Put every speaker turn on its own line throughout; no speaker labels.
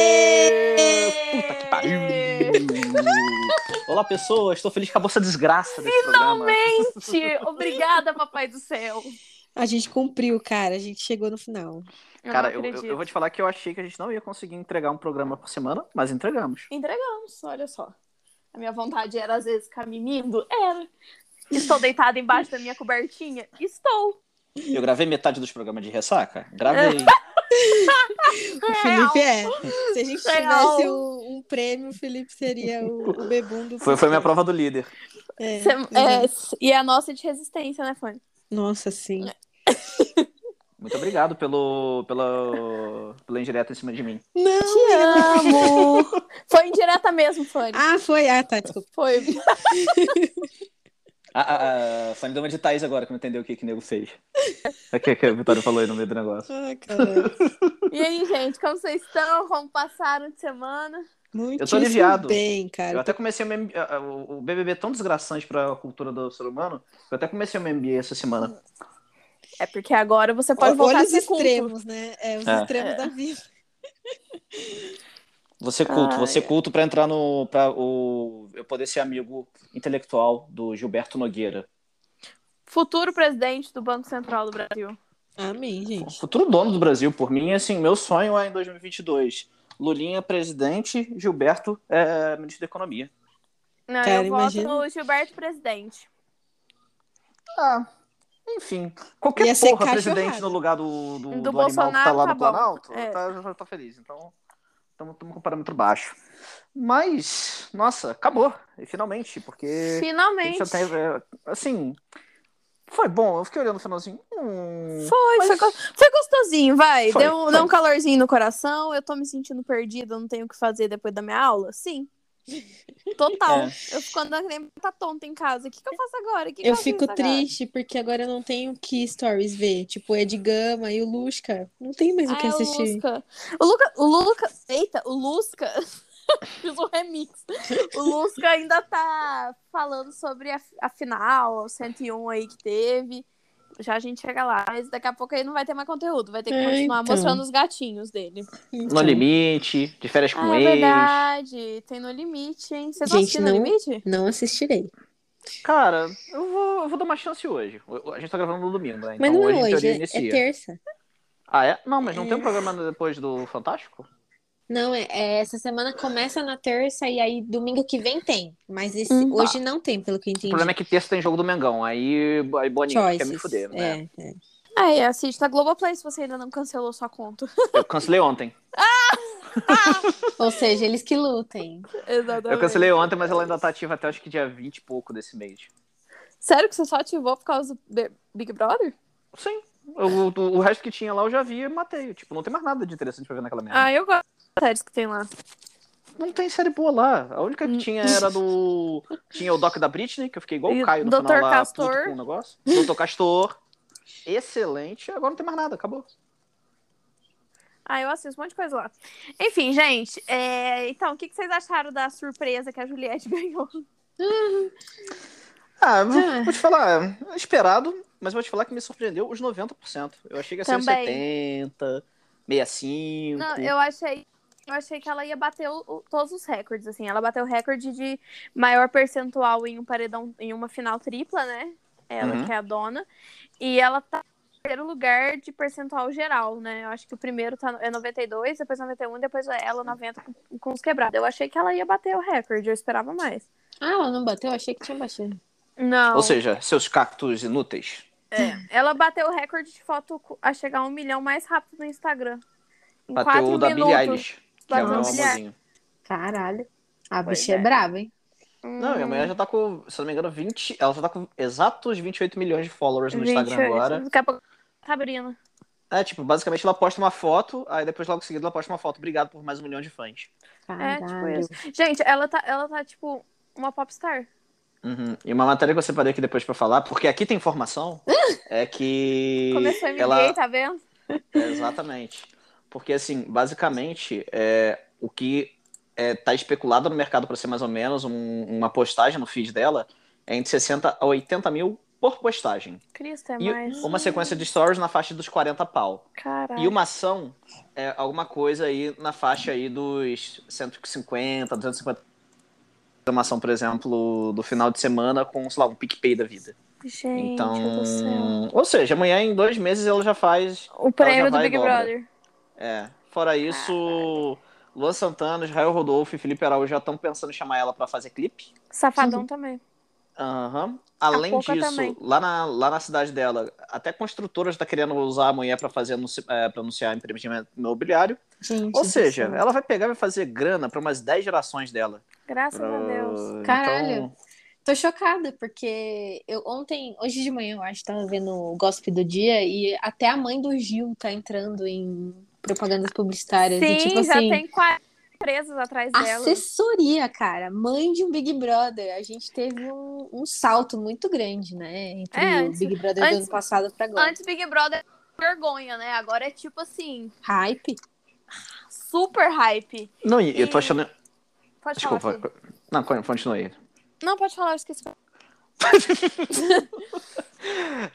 Aê! Puta que pariu! Olá, pessoa, estou feliz que acabou essa desgraça desse
Finalmente! Obrigada, papai do céu.
A gente cumpriu, cara. A gente chegou no final.
Eu
programa. Cara,
não
eu,
acredito.
eu- eu vou te falar que eu achei que a gente não ia conseguir entregar um programa por semana, mas entregamos.
Entregamos, olha só. A minha vontade era, às vezes, ficar mimindo? Era. Estou deitada embaixo da minha cobertinha? Estou.
Eu gravei metade dos programas de ressaca? Gravei.
O Felipe é. Se a gente
Real.
tivesse um, um prêmio, o Felipe seria o, o bebundo.
Foi, foi minha prova do líder.
É,
Cê-
exato.
é, s- e a nossa é de resistência, né, Fone?
Nossa, sim.
Muito obrigado pelo, pelo, pelo indireto em cima de mim.
Não.
Te amo! Foi indireta mesmo, Fone.
Ah, foi. Ah, tá. Desculpa.
Foi.
Ah, ah, ah, só me deu uma de Thaís agora que não entendeu o que, que o nego fez. É o que, que a Vitória falou aí no meio do negócio.
Ah, cara.
E aí, gente, como vocês estão? Como passaram de semana?
Muito
aliviado.
bem,
Eu
cara.
até comecei o meme- a- a- o o BBB é tão desgraçante pra cultura do ser humano, que eu até comecei o meu MBA essa semana.
É porque agora você pode voltar
Olha
a
os
ser culto.
extremos, né? É, os
É.
extremos
É.
da vida.
Você culto,
Ah,
você
é.
culto pra entrar no para o eu poder ser amigo intelectual do Gilberto Nogueira,
Futuro presidente do Banco Central do Brasil.
Amém, gente.
futuro dono do Brasil. Por mim, assim, meu sonho é em 2022. Lulinha presidente, Gilberto é, ministro da Economia.
Não,
Cara,
eu
imagina.
voto no Gilberto presidente.
Ah, enfim, qualquer
Ia ser
porra
cachorrada.
presidente no lugar do do,
Do
do animal que
Bolsonaro,
tá lá
tá
no
bom.
Planalto,
É.
tá, já tá feliz. Então, estamos com um parâmetro baixo. Mas, nossa, acabou. E finalmente, porque a gente
Finalmente.
já teve, é, assim, foi bom. Eu fiquei olhando o finalzinho. Hum,
Foi,
Mas-
foi, go- foi gostosinho, vai.
Foi,
deu,
foi.
deu um calorzinho no coração. Eu tô me sentindo perdida, eu não tenho o que fazer depois da minha aula. Sim. Total.
É.
Eu fico andando que nem tá tonta em casa. O que, que eu faço agora? O que que
Eu
faço
fico
agora?
triste porque agora eu não tenho que stories ver. Tipo, o Edgama e o Lusca. Não tem mais o que
Ah, O
assistir.
Lusca. O Luca, o Luca, eita, o Lusca. Fiz um remix. O Lusca ainda tá falando sobre a, a final, o 101 aí que teve. Já a gente chega lá, mas daqui a pouco aí não vai ter mais conteúdo, vai ter que
É,
continuar
então.
mostrando os gatinhos dele.
No
Então,
limite, de férias com
Ah, é
ex.
verdade, tem no limite, hein? Vocês
Gente,
assistiram no
não-
limite?
Não assistirei.
Cara, eu vou, eu vou dar uma chance hoje. A gente tá gravando no domingo, né? Então
Mas não
hoje,
é
em
hoje,
teoria,
é,
inicia.
é terça.
Ah, é? Não, mas não
É.
tem um programa depois do Fantástico?
Não, é, é, essa semana começa na terça e aí domingo que vem tem. Mas esse-
Hum.
hoje não tem, pelo que eu
O
entendi.
problema é que terça tem jogo do Mengão. Aí, aí Boninho quer me fuder, né?
É, é.
Ah, é, assiste na Globoplay se você ainda não cancelou sua conta.
Eu cancelei ontem.
Ou seja, eles que lutem.
Exatamente.
Eu cancelei ontem, mas ela ainda tá ativa até acho que dia 20 e pouco desse mês.
Sério que você só ativou por causa do Be- Big Brother?
Sim. O, o- o resto que tinha lá eu já vi e matei. Tipo, não tem mais nada de interessante pra ver naquela merda.
Ah, eu gosto das séries que tem lá.
Não tem série boa lá. A única
Hum.
que tinha era do. Tinha o Doc da Britney, que eu fiquei igual
E
o Caio no
Dr.
final lá,
Castor.
puto com o negócio. Doutor Castor. Excelente. Agora não tem mais nada, acabou.
Ah, eu assisto um monte de coisa lá. Enfim, gente, é, então, o que, que vocês acharam da surpresa que a Juliette ganhou?
Ah, vou,
Ah.
vou te falar, esperado, mas vou te falar que me surpreendeu os 90%. Eu achei que ia ser uns
Também.
70, 65.
Não, eu achei, eu achei que ela ia bater o- o- todos os recordes, assim. Ela bateu o recorde de maior percentual em um paredão, em uma final tripla, né? Ela
Uhum.
que é a dona. E ela tá em primeiro lugar de percentual geral, né? Eu acho que o primeiro tá, no- é 92, depois 91, depois ela 90 com, com os quebrados. Eu achei que ela ia bater o recorde, eu esperava mais.
Ah, ela não bateu? Achei que tinha batido.
Não.
Ou seja, seus cactos inúteis. É.
Ela bateu o recorde de foto co- a chegar a um milhão mais rápido no Instagram. Em
Bateu
quatro
o da Billie
minutos.
Eilish, que é o
Bateu um
meu
o Billie
amorzinho.
Caralho. A
Pois
bicha é,
é.
brava, hein?
Não, e a mulher já tá com, se eu não me engano, 20. Ela já tá com exatos 28 milhões de followers no Instagram
28.
agora.
Hum, Daqui a pouco tá Sabrina.
É, tipo, basicamente ela posta uma foto, aí depois logo em seguida ela posta uma foto. Obrigado por mais um milhão de fãs.
Caralho.
É, tipo Gente, ela tá, ela tá tipo uma popstar.
Uhum. E uma matéria que eu separei aqui depois pra falar, porque aqui tem informação, é que.
Começou a MBA,
ela...
tá vendo?
É, Exatamente. Porque, assim, basicamente, é, o que tá está especulado no mercado para ser mais ou menos um- uma postagem no feed dela é entre 60 é a 80 mil por postagem.
Cristo, é
E
mais.
uma sequência de stories na faixa dos 40 pau.
Caralho.
E um- uma ação é alguma coisa aí na faixa aí dos 150, 250. Uma ação, por exemplo, do final de semana com, sei lá, um PicPay da vida.
Gente
então.
do céu.
Ou seja, amanhã em dois meses ela já faz.
O prêmio do
vai e
Big
dobra.
Brother.
É.
Ah,
Fora isso, Luan Santana, Israel Rodolfo e Felipe Araújo já estão pensando em chamar ela pra fazer clipe.
Safadão também.
Aham. Além
Poca
disso,
também.
lá na, lá na cidade dela, até construtora está querendo usar a mulher para fazer anunci- é, pra anunciar empreendimento imobiliário.
Gente
Ou
do
seja,
céu.
ela vai pegar e vai fazer grana para umas 10 gerações dela.
Graças a Deus.
Então,
Caralho. Tô chocada, porque eu ontem, hoje de manhã, eu acho, tava vendo o Gossip do Dia e até a mãe do Gil tá entrando em propagandas publicitárias.
Sim,
e, tipo
já
assim,
tem 40 empresas atrás dela.
assessoria, cara. Mãe de um Big Brother. A gente teve um, um salto muito grande, né? Entre
É,
o
antes-
Big Brother do
antes-
ano passado pra agora.
Antes Big Brother era vergonha, né? Agora é tipo assim,
Hype.
super hype.
Não, e eu
E-
tô achando.
Pode falar.
Desculpa.
Felipe.
Não, continua aí.
Não, pode falar, eu esqueci.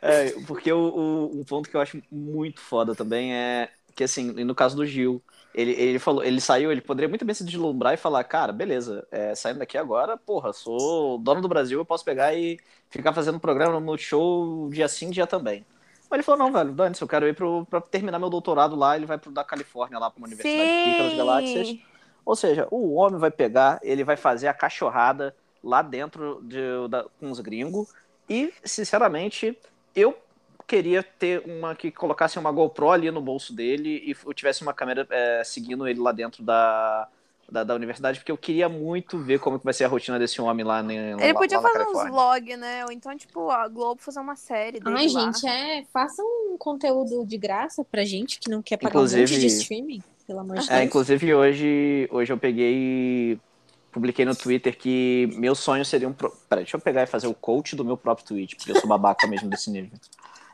É, porque o, o- um ponto que eu acho muito foda também é que, assim, no caso do Gil, ele, ele falou, ele saiu, ele poderia muito bem se deslumbrar e falar, cara, beleza, é, saindo daqui agora, porra, sou dono do Brasil, eu posso pegar e ficar fazendo programa no Multishow dia sim, dia também. Mas ele falou, não, velho, dane eu quero ir pro, pra terminar meu doutorado lá, ele vai pro da Califórnia lá pra uma universidade pica das galáxias.
Sim.
Ou seja, o homem vai pegar, ele vai fazer a cachorrada lá dentro de- da- com os gringos. E, sinceramente, eu queria ter uma que colocasse uma GoPro ali no bolso dele e f- eu tivesse uma câmera é, seguindo ele lá dentro da, da, da universidade, porque eu queria muito ver como que vai ser a rotina desse homem lá, ne-
Ele
lá-
podia
lá na
fazer uns
Califórnia.
vlogs, né? Ou então, tipo, a Globo fazer uma série dele
Ai,
lá.
gente, é. Faça um conteúdo de graça pra gente que não quer pagar um monte
Inclusive-
de streaming, pelo amor de
É,
Deus.
inclusive hoje, hoje eu peguei publiquei no Twitter que meu sonho seria um. Pro... Peraí, deixa eu pegar e fazer o coach do meu próprio tweet, porque eu sou babaca mesmo desse nível.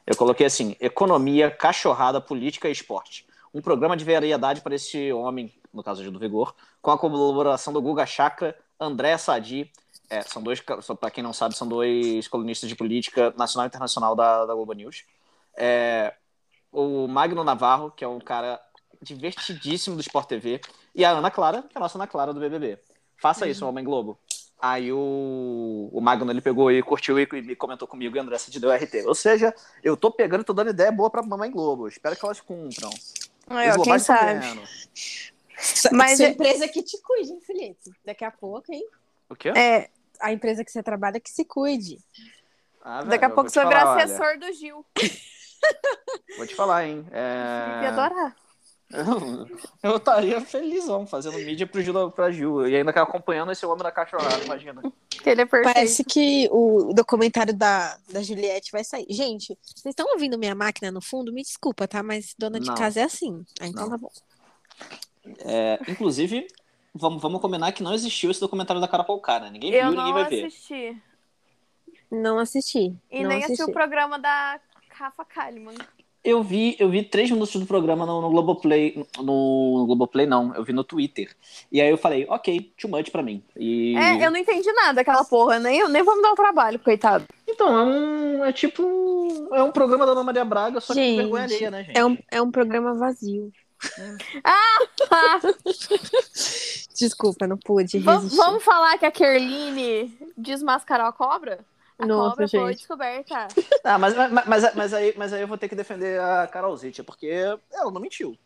Eu coloquei assim: economia, cachorrada, política e esporte. Um programa de variedade para esse homem, no caso de do Vigor, com a colaboração do Guga Chakra, André Sadi. É, são dois, ca- só para quem não sabe, são dois colunistas de política nacional e internacional da, da Globo News. É, o Magno Navarro, que é um cara divertidíssimo do Sport TV, e a Ana Clara, que é a nossa Ana Clara do BBB. Faça isso,
Uhum.
Homem Globo. Aí o, o Magno ele pegou e curtiu e, e comentou comigo e a Andressa te deu RT. Ou seja, eu tô pegando, tô dando ideia boa pra Mamãe Globo. Espero que elas cumpram.
Aí, ó,
Os
quem
globais tão
sabe?
ganhando.
Mas
Mas a
é-
empresa que te cuide, hein, Felipe? Daqui a pouco, hein?
O quê?
É,
A empresa que você trabalha que se cuide.
Ah, velho,
daqui a
eu
pouco
vou te
você vai virar
falar, olha,
assessor do Gil.
Vou te falar, hein.
Ele ia
É...
adorar.
Eu estaria felizão fazendo mídia pro Gil, pra Gil. E ainda acompanhando esse homem da cachorrada, imagina.
Porque ele é perfeito.
Parece que o documentário da, da Juliette vai sair. Gente, vocês estão ouvindo minha máquina no fundo? Me desculpa, tá? Mas dona de
Não.
casa é assim. Ah, então
Não.
tá bom.
É, inclusive, vamos, vamos combinar que não existiu esse documentário da Cara né? Ninguém
Eu
viu,
não
ninguém vai ver.
assisti.
Não assisti.
E
não
nem assisti
assisti.
o programa da Rafa Kalimann.
Eu vi, eu vi três minutos do programa no, no Globoplay. No, no Globoplay, não, eu vi no Twitter. E aí eu falei, ok, too much pra mim. E...
É, eu não entendi nada daquela porra. Nem, eu nem vou me dar um trabalho, coitado.
Então, é um. É tipo. um- É um programa da Ana Maria Braga, só que
Gente,
com vergonha alheia, né, gente?
É um, é um programa vazio. Desculpa, não pude
vamos,
resistir.
vamos falar que a Kerline desmascarou a cobra? A
Nossa,
cobra foi
gente.
descoberta.
Ah, mas, mas, mas, mas aí, mas aí eu vou ter que defender a Carol Zitia, porque ela não mentiu.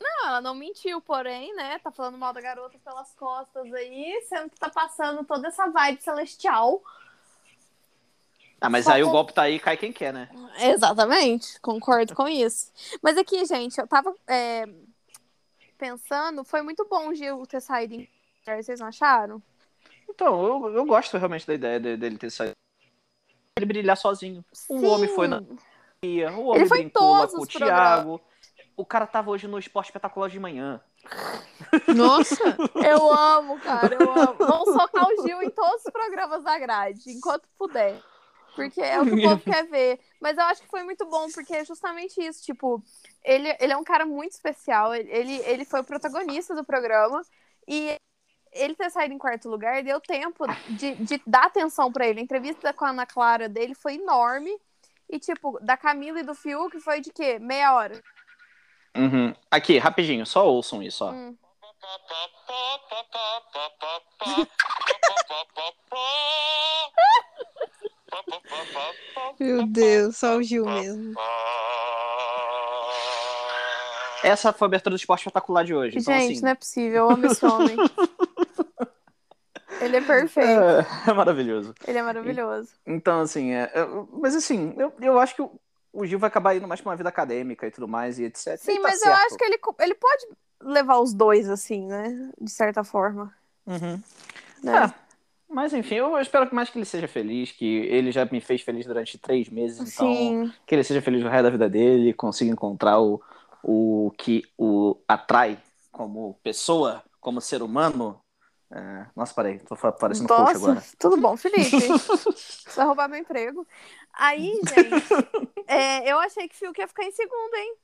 Não, ela não mentiu, porém, né? Tá falando mal da garota pelas costas aí, sendo que tá passando toda essa vibe celestial.
Ah, mas aí o golpe tá aí cai quem quer, né?
Exatamente, concordo com isso. Mas aqui, gente, eu tava é, pensando, foi muito bom o Gil ter saído em. Vocês não acharam?
Então, eu, eu gosto realmente da ideia de- dele ter saído. Ele brilhar sozinho. Um homem foi na- Bahia, o homem
Ele foi em
Tá brincou lá
todos
com o
os programas.
Thiago. O cara tava hoje no Esporte Espetacular de manhã.
Nossa!
Eu amo, cara, eu amo. Vamos socar o Gil em todos os programas da grade, enquanto puder. Porque é o que o povo quer ver. Mas eu acho que foi muito bom, porque é justamente isso. Tipo, ele, ele é um cara muito especial. Ele, ele foi o protagonista do programa. E ele ter saído em quarto lugar deu tempo de, de dar atenção pra ele. A entrevista com a Ana Clara dele foi enorme. E, tipo, da Camila e do Fiuk foi de quê? Meia hora.
Uhum. Aqui, rapidinho, só ouçam isso, ó.
Hum.
Meu Deus, só o Gil mesmo.
Essa foi a abertura do esporte espetacular de hoje. Então,
Gente,
assim,
não é possível. Eu amo esse homem. ele é perfeito.
é, é maravilhoso.
Ele é maravilhoso.
Então, assim, é, é- mas assim, eu, eu acho que o, o Gil vai acabar indo mais pra uma vida acadêmica e tudo mais e tá etc.
Sim, mas eu acho que ele, co- ele pode levar os dois, assim, né? De certa forma. né?
Ah, mas enfim, eu espero que mais que ele seja feliz, que ele já me fez feliz durante três meses, então
Sim.
que ele seja feliz no resto da vida dele, consiga encontrar o, o que o atrai como pessoa, como ser humano. É, nossa, peraí, tô fa- parecendo coach agora.
Nossa, tudo bom, Felipe. Você vai roubar meu emprego. Aí, gente, é, eu achei que o Fiuk ia ficar em segundo, hein?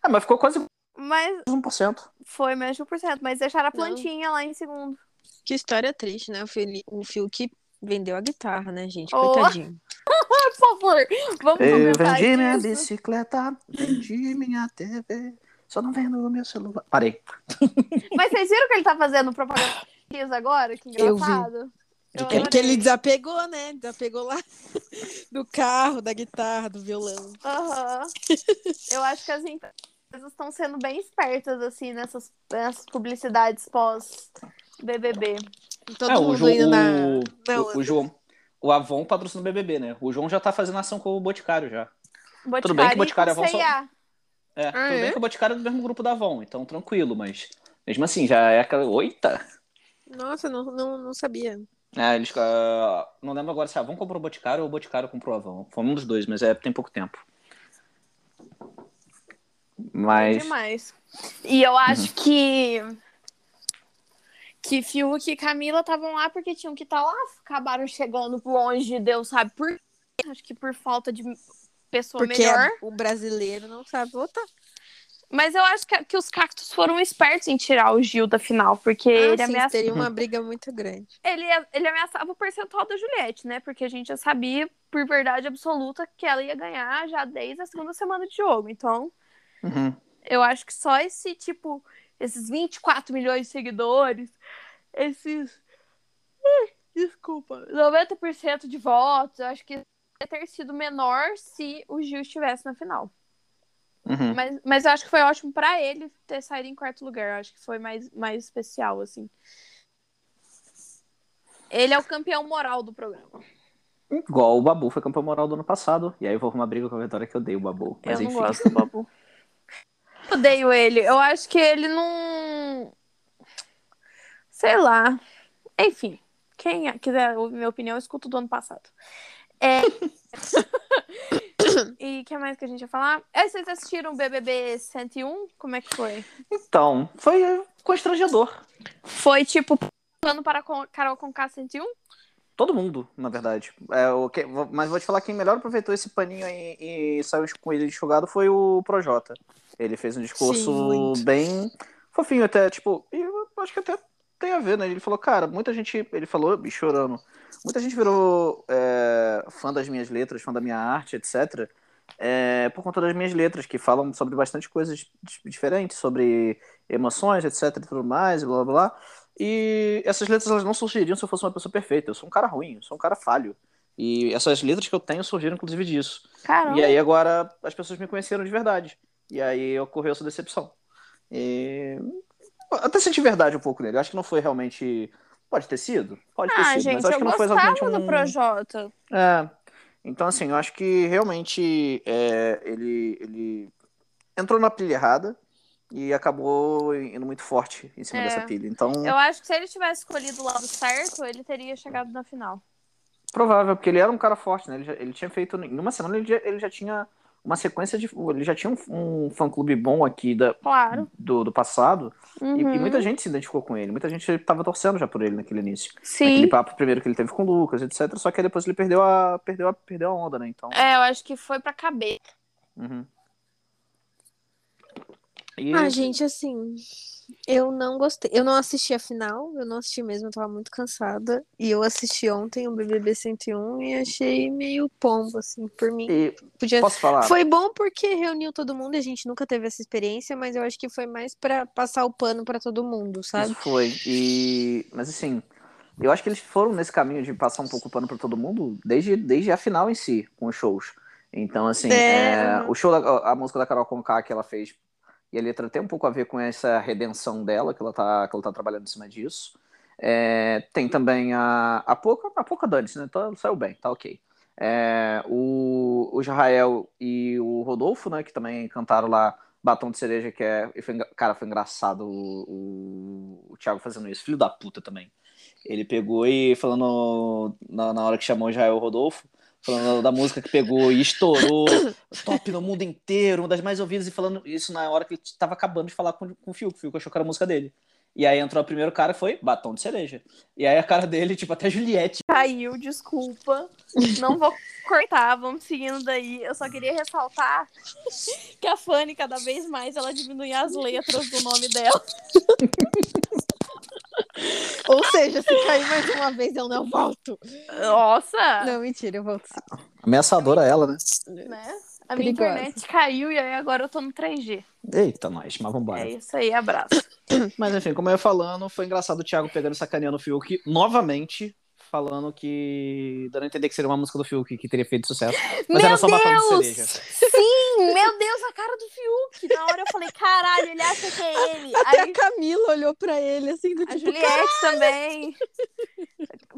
Ah, mas ficou quase
Mas
1%.
foi menos de 1%. Mas deixaram a
Não.
plantinha lá em segundo.
Que história triste, né? O, Fili... o Fiuk vendeu a guitarra, né, gente?
Oh.
Coitadinho.
Por favor, vamos
Eu
comentar
vendi minha
isso.
bicicleta, vendi minha TV, só não vendo o meu celular. Parei.
Mas vocês viram que ele tá fazendo propaganda Kiss agora? Que
Eu vi.
engraçado.
De
Eu
quem?
adorei.
que ele desapegou, né? Desapegou lá do carro, da guitarra, do violão.
Aham. Eu acho que as empresas estão sendo bem espertas, assim, nessas, nessas publicidades pós-BBB.
Todo
É, o
mundo
João,
indo na.
o,
Não,
o- o João, o Avon patrocina o BBB, né? O João já tá fazendo ação com o Boticário já.
Boticário
Tudo bem que
e
Boticário
com
avançou-
C&A.
É,
Ah,
tudo
é?
bem que o Boticário é do mesmo grupo da Avon, então tranquilo, mas mesmo assim já é aquela oita.
Nossa, não, não, não sabia.
É, eles, ah, não lembro agora se a Avon comprou o Boticário ou o Boticário comprou a Avon. Foi um dos dois, mas é tem pouco tempo. Mas
Demais. E eu acho
Uhum.
que. Que Fiuk e Camila estavam lá porque tinham que estar lá. Acabaram chegando longe, Deus sabe por quê. Acho que por falta de pessoa
Porque
melhor.
o brasileiro não sabe votar.
Mas eu acho que, que os cactos foram espertos em tirar o Gil da final, porque
Ah,
ele,
sim,
ameaça-
teria uma briga muito grande.
ele, ele ameaçava o percentual da Juliette, né? Porque a gente já sabia, por verdade absoluta, que ela ia ganhar já desde a segunda semana de jogo. Então,
uhum,
eu acho que só esse tipo, esses 24 milhões de seguidores, esses. Ai, Desculpa, 90% de votos, eu acho que ia ter sido menor se o Gil estivesse na final.
uhum.
Mas, mas eu acho que foi ótimo pra ele ter saído em quarto lugar. Eu acho que foi mais, mais especial, assim. Ele é o campeão moral do programa.
igual o Babu foi campeão moral do ano passado. E aí eu vou arrumar briga com a vitória que eu dei o Babu. Mas
eu
enfim.
não gosto do Babu. Eu Odeio ele. Eu acho que ele não. Sei lá. Enfim. Quem é, quiser ouvir minha opinião, escuta o do ano passado. É... e o que mais que a gente ia falar? É, vocês assistiram o BBB 101? Como é que foi?
Então, foi eh, constrangedor.
Foi tipo plano para com- Carol com K101?
Todo mundo, na verdade. É, o que- vou- mas vou te falar quem melhor aproveitou esse paninho aí e saiu com ele enxugado foi o Projota. Ele fez um
Sim,
discurso
muito.
bem fofinho, até, tipo, e eu acho que até tem a ver, né? Ele falou, cara, muita gente. Ele falou, e chorando. Muita gente virou é, fã das minhas letras, fã da minha arte, etc. é, por conta das minhas letras, que falam sobre bastante coisas di- diferentes, sobre emoções, etc. e tudo mais, e blá blá blá. E essas letras elas não surgiriam se eu fosse uma pessoa perfeita. Eu sou um cara ruim, eu sou um cara falho. E essas letras que eu tenho surgiram inclusive disso.
Caramba.
E é aí agora as pessoas me conheceram de verdade. E aí ocorreu essa decepção. E... eu Até senti verdade um pouco nele. Eu acho que não foi realmente. Pode ter sido? Pode ter
Ah,
sido.
gente,
mas eu acho
eu
que não foi
gostava
exatamente um...
do Projota.
É. Então, assim, eu acho que realmente é, ele, ele entrou na pilha errada e acabou indo muito forte em cima
É.
dessa pilha. Então,
Eu acho que se ele tivesse escolhido o lado certo, ele teria chegado na final.
provável, porque ele era um cara forte, né? Ele, já- ele tinha feito. Em uma semana ele já, ele já tinha uma sequência de. Ele já tinha um, um fã-clube bom aqui da,
Claro.
do, do passado. E,
Uhum.
e muita gente se identificou com ele. Muita gente tava torcendo já por ele naquele início. Aquele
Sim.
papo primeiro que ele teve com o Lucas, etc. Só que aí depois ele perdeu a, perdeu a, perdeu a onda, né? Então.
É, eu acho que foi pra cabeça.
uhum. E
Ah, gente, assim, eu não gostei. Eu não assisti a final, eu não assisti mesmo, eu tava muito cansada. E eu assisti ontem o BBB 101 e achei meio pombo, assim, por mim.
e
Podia...
posso falar?
Foi bom porque reuniu todo mundo, a gente nunca teve essa experiência, mas eu acho que foi mais pra passar o pano pra todo mundo, sabe?
Isso foi. E... Mas assim, eu acho que eles foram nesse caminho de passar um pouco o pano pra todo mundo desde, desde a final em si, com os shows. Então, assim,
É,
é,
uhum.
o show da a música da Carol Conká que ela fez, e a letra tem um pouco a ver com essa redenção dela, que ela tá, que ela tá trabalhando em cima disso. É, tem também a, a pouca a pouca dane né? Então, saiu bem, tá ok. É, o, o Israel e o Rodolfo, né, que também cantaram lá Batom de cereja que é. e foi engra- Cara, foi engraçado o, o- o Thiago fazendo isso. Filho da puta também. Ele pegou e falando. Na, na hora que chamou já é o Rodolfo, falando da música que pegou e estourou. top no mundo inteiro, uma das mais ouvidas, e falando isso na hora que ele tava acabando de falar com, com o Fiuk. O Fiuk achou que era a música dele. E aí entrou o primeiro cara que foi Batom de cereja. E aí a cara dele, tipo, até Juliette.
Caiu, desculpa. Não vou cortar, vamos seguindo daí. Eu só queria ressaltar que a Fanny, cada vez mais, ela diminui as letras do nome dela.
Ou seja, se cair mais uma vez, eu não volto.
Nossa!
Não, mentira, eu volto. sim.
Ameaçadora ela, né?
Né? A minha
Perigosa.
internet caiu e aí agora eu tô no 3G.
Eita, nós, mas vambora.
É isso aí, abraço.
Mas enfim, como eu ia falando, foi engraçado o Thiago pegando e sacaneando o Fiuk novamente, falando que. dando a entender que seria uma música do Fiuk que teria feito sucesso. Mas
Meu
era só batom de
Deus!
cereja.
Sim, meu Deus, a cara do Fiuk. Na hora eu falei, caralho, ele acha que é ele.
Até
Aí
a Camila olhou pra ele assim, do
a
tipo,
Juliette também.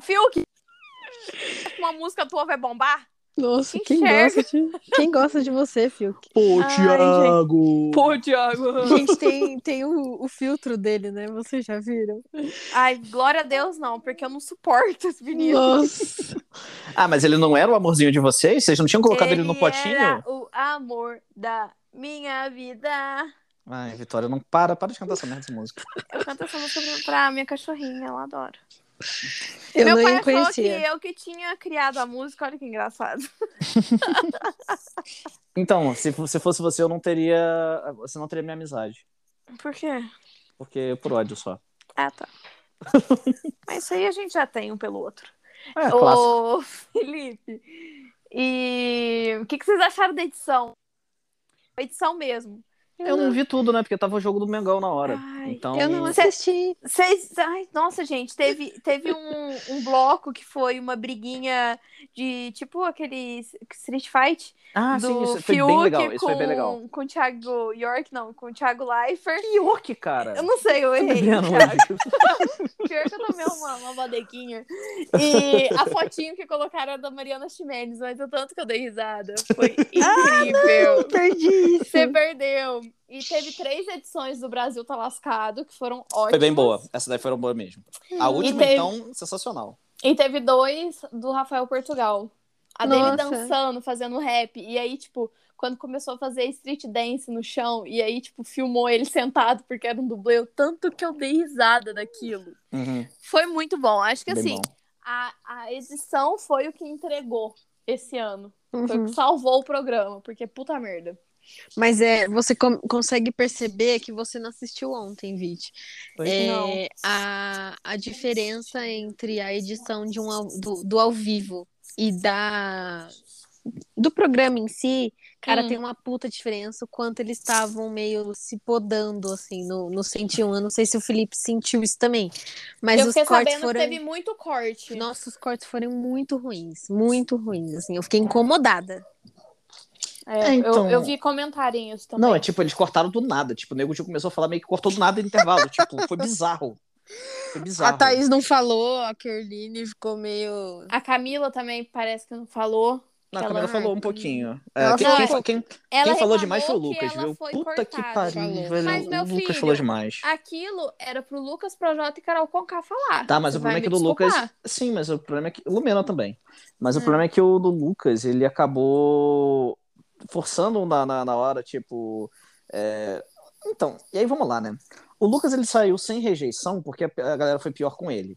Fiuk, uma música tua vai bombar?
nossa,
que
quem
enxerga.
gosta, de... quem gosta de você, Fiuk?
Pô,
Ai,
Thiago!
Pô, Thiago.
Gente, tem, tem o, o filtro dele, né? Vocês já viram?
Ai, glória a Deus, não, porque eu não suporto esse menino.
Nossa.
Ah, mas ele não era o amorzinho de vocês? Vocês não tinham colocado ele, no potinho?
Era o amor da minha vida.
Ai, Vitória, não para, para de cantar essa merda de música.
Eu canto essa música pra- pra minha cachorrinha, ela adora.
Eu
Meu pai
não
achou que
conhecia.
eu que tinha criado a música, olha que engraçado.
Então, se, se fosse você, eu não teria. Você não teria minha amizade.
Por quê?
Porque é por ódio só.
Ah, tá. Mas isso aí a gente já tem um pelo outro.
É, clássico.
Ô, Felipe, e o que, que vocês acharam da edição? A edição mesmo.
Eu não vi tudo, né? Porque tava o jogo do Mengão na hora.
Ai,
então.
Eu não assisti.
Vocês. Ai, nossa, gente, teve, teve um, um bloco que foi uma briguinha de tipo aquele Street Fight.
Ah,
do
sim, isso foi
Fiuk
bem legal.
Com,
Isso foi bem legal.
Com o Thiago York, não, com o Thiago Leifert.
York, cara.
Eu não sei, eu errei.
Adriano
cara.
Lago.
Pior que eu tomei uma, uma bodequinha. E a fotinho que colocaram é da Mariana Ximenes, mas o tanto que eu dei risada. Foi incrível.
Perdi isso.
Você perdeu. E teve três edições do Brasil Tá Lascado, que foram ótimas.
Foi bem boa. Essa daí foi boa mesmo. A última,
teve-
então, sensacional.
E teve dois do Rafael Portugal. A dele
Nossa.
dançando, fazendo rap. E aí, tipo, quando começou a fazer street dance no chão, e aí, tipo, filmou ele sentado porque era um dublê. O tanto que eu dei risada daquilo. Foi muito bom. Acho que
Uhum, Bem
assim,
bom.
a, a edição foi o que entregou esse ano. Foi o
Uhum.
que salvou o programa, porque puta merda.
Mas é, você com- consegue perceber que você não assistiu ontem, Vit.
Pois
É,
não.
a, a diferença entre a edição de um ao- do, do ao vivo e da do programa em si, cara,
Hum.
tem uma puta diferença o quanto eles estavam meio se podando, assim, no, no 101. Eu não sei se o Felipe sentiu isso também. Mas
eu
os
fiquei
cortes
sabendo
foram.
que teve um muito corte.
Nossa, os cortes foram muito ruins. Muito ruins, assim. Eu fiquei incomodada.
É,
É,
eu-
então-
eu, vi comentarem isso também.
Não, é tipo, eles cortaram do nada. Tipo, o Nego Tio começou a falar meio que cortou do nada no intervalo. tipo, foi bizarro. Foi bizarro.
A Thaís não falou, a Kerline ficou meio.
A Camila também parece que não falou.
Não, a Camila
ela-
falou um pouquinho. É,
Ela
quem,
falou
quem-
pouco.
quem- quem
Ela
falou
reclamou
demais foi o
que
Lucas,
ela
viu?
foi
Puta que
cortada.
pariu,
Falou.
velho.
Mas, meu
o Lucas
filho,
falou demais.
Aquilo era pro Lucas Projota e Carol Conká falar.
Tá, mas
Você
o
vai
problema é que o
me
do Lucas.
desculpar. Hum.
Sim, mas o problema é que. Lumena também. Mas o problema é que o do Lucas, ele acabou forçando na, na, na hora, tipo. é, Então, e aí vamos lá, né? O Lucas ele saiu sem rejeição porque a, a galera foi pior com ele.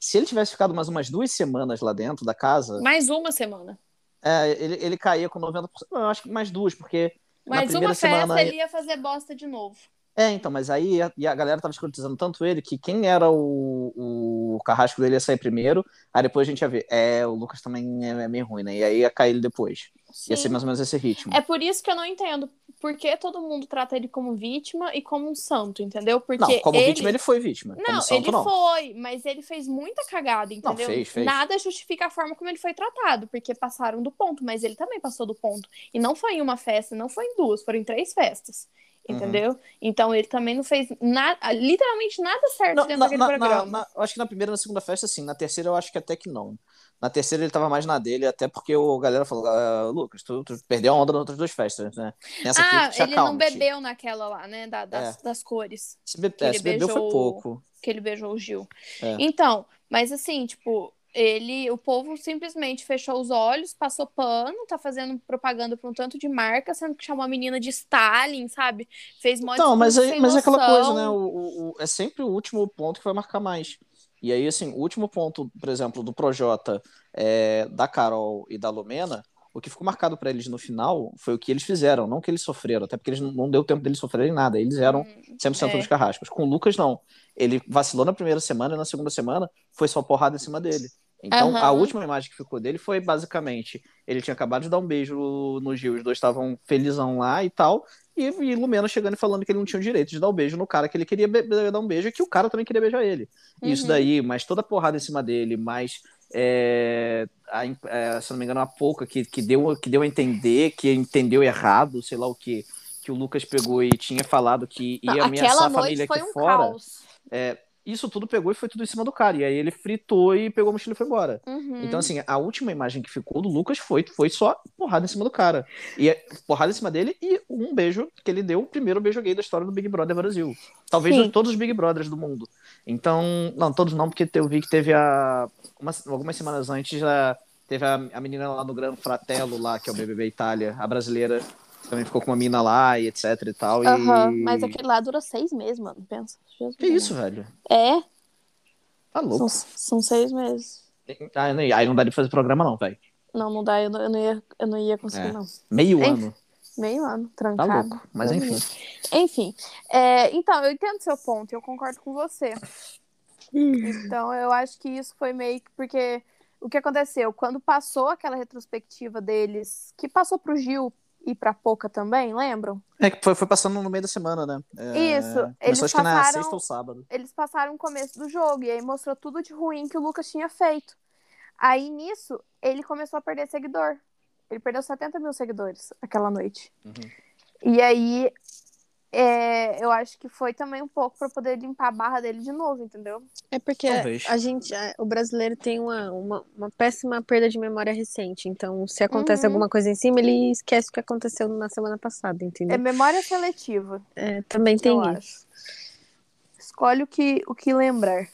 Se ele tivesse ficado mais umas duas semanas lá dentro da casa,
Mais uma semana.
é, ele, ele caía com 90%. Não, eu acho que mais duas, porque. Na
Mais
primeira
uma festa,
semana-
ele ia fazer bosta de novo.
É, então, mas aí a, e a galera tava escrotizando tanto ele que quem era o, o carrasco dele ia sair primeiro, aí depois a gente ia ver. É, o Lucas também é, é meio ruim, né? E aí ia cair ele depois. Ia ser
Sim.
mais ou menos esse ritmo.
É por isso que eu não entendo por que todo mundo trata ele como vítima e como um santo, entendeu? Porque
não, como
ele...
vítima ele foi vítima.
Não,
como santo,
ele
não.
foi, mas ele fez muita cagada, entendeu?
fez, fez.
Nada justifica a forma como ele foi tratado, porque passaram do ponto, mas ele também passou do ponto. E não foi em uma festa, não foi em duas, foram em três festas.
Uhum.
Entendeu? Então ele também não fez nada, literalmente nada certo
Não,
dentro
na-
daquele
na-
programa.
na- na- eu acho que na primeira e na segunda festa, sim. Na terceira, eu acho que até que não. Na terceira, ele tava mais na dele, até porque o galera falou: "Ah, Lucas, tu, tu perdeu a onda nas outras duas festas, né? Nessa
ah,
aqui, te
ele não
acalma, te- É.
bebeu naquela lá, né? da- das, das cores.
Se, be-
que
é,
ele
se bebeu foi
beijou-
pouco.
que ele beijou o Gil.
É.
Então, mas assim, tipo, ele, o povo simplesmente fechou os olhos, passou pano, tá fazendo propaganda pra um tanto de marca, sendo que chamou a menina de Stalin, sabe? Fez mó
Então, mas,
discurso
aí,
sem
mas é aquela
noção.
coisa, né? O, o- o- é sempre o último ponto que vai marcar mais. E aí, assim, o último ponto, por exemplo, do Projota, é, da Carol e da Lumena, o que ficou marcado pra eles no final foi o que eles fizeram, não o que eles sofreram, até porque eles não, não deu tempo deles sofrerem nada. Eles eram 100%
é.
dos carrascos. Com o Lucas, não. Ele vacilou na primeira semana e na segunda semana foi só porrada em cima dele. Então,
Aham.
a última imagem que ficou dele foi basicamente: ele tinha acabado de dar um beijo no Gil, os dois estavam felizão lá e tal. E, e Lumena chegando e falando que ele não tinha o direito de dar o beijo no cara que ele queria be- be- dar um beijo e que o cara também queria beijar ele. E Isso
Uhum.
daí, mas toda a porrada em cima dele, mais. é, a im- é, se eu não me engano, a pouca que, que, deu, que deu a entender, que entendeu errado, sei lá o que, que o Lucas pegou e tinha falado que ia
Não,
ameaçar
aquela
a família
noite foi
aqui
um
fora.
caos.
Isso tudo pegou e foi tudo em cima do cara. E aí ele fritou e pegou a mochila e foi embora.
Uhum.
Então, assim, a última imagem que ficou do Lucas foi, foi só porrada em cima do cara. E é porrada em cima dele e um beijo que ele deu, o primeiro beijo gay da história do Big Brother Brasil. Talvez
Sim.
de todos os Big Brothers do mundo. Então, não, todos não, porque eu vi que teve a. umas- algumas semanas antes já teve a, a menina lá no Gran Fratello, lá, que é o BBB Itália, a brasileira, que também ficou com uma mina lá e etc e tal.
Aham,
e...
Mas é aquele lá dura seis meses, mano. Pensa. Jesus
Que isso, velho?
É,
Tá
são,
louco.
são seis meses.
Ah, não- Aí não dá de fazer programa, não, velho.
Não, não dá, eu não, eu não ia, eu não ia conseguir,
É.
não.
Meio
Hein?
ano.
Meio ano,
Tá
trancado.
louco. Mas
é
enfim.
Enfim, é, então, eu entendo seu ponto, eu concordo com você. Então, eu acho que isso foi meio que porque o que aconteceu? Quando passou aquela retrospectiva deles, que passou pro Gil e pra Poca também, lembram?
É que foi, foi passando no meio da semana, né? É,
Isso,
Começou
eles
acho que na
passaram-
sexta ou sábado.
Eles passaram o começo do jogo e aí mostrou tudo de ruim que o Lucas tinha feito. Aí nisso, ele começou a perder seguidor. Ele perdeu 70 mil seguidores aquela noite. E aí, é, eu acho que foi também um pouco pra poder limpar a barra dele de novo, entendeu?
É porque
Talvez.
a gente, a- o brasileiro tem uma, uma, uma péssima perda de memória recente. Então, se acontece
Uhum.
alguma coisa em cima, ele esquece o que aconteceu na semana passada, entendeu?
É memória seletiva,
É, também tem
eu
isso.
acho. Escolhe o que, o que lembrar.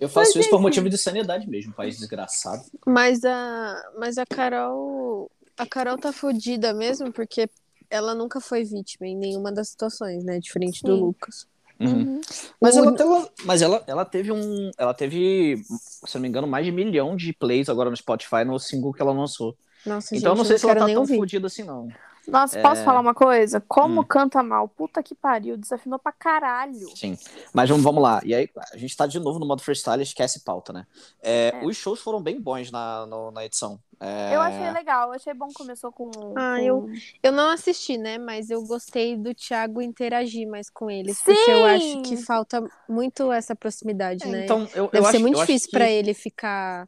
Eu
faço
faço
Mas,
isso por motivo de sanidade mesmo, um país desgraçado.
Mas a, mas a Carol, a Carol tá fodida mesmo, porque ela nunca foi vítima em nenhuma das situações, né? Diferente do
Sim.
Lucas.
Uhum.
Mas,
O-
ela, ela- mas ela, ela teve um. Ela teve, se eu não me engano, mais de milhão de plays agora no Spotify no single que ela lançou.
Nossa, gente,
então eu não sei se ela
quero
tá
nem
tão
ouvir.
fodida assim, não.
Nossa, posso falar uma coisa? Como canta mal? Puta que pariu, desafinou pra caralho.
Sim. Mas vamos, vamos lá. E aí, a gente tá de novo no modo freestyle, esquece pauta, né? É,
É.
Os shows foram bem bons na, no- na edição. É,
Eu achei legal, eu achei bom que começou com.
Ah,
com-
eu- Eu não assisti, né? Mas eu gostei do Thiago interagir mais com eles,
Sim!
porque eu acho que falta muito essa proximidade, né?
Então, eu,
Deve
eu
ser
acho,
muito
eu acho
difícil
que-
pra ele ficar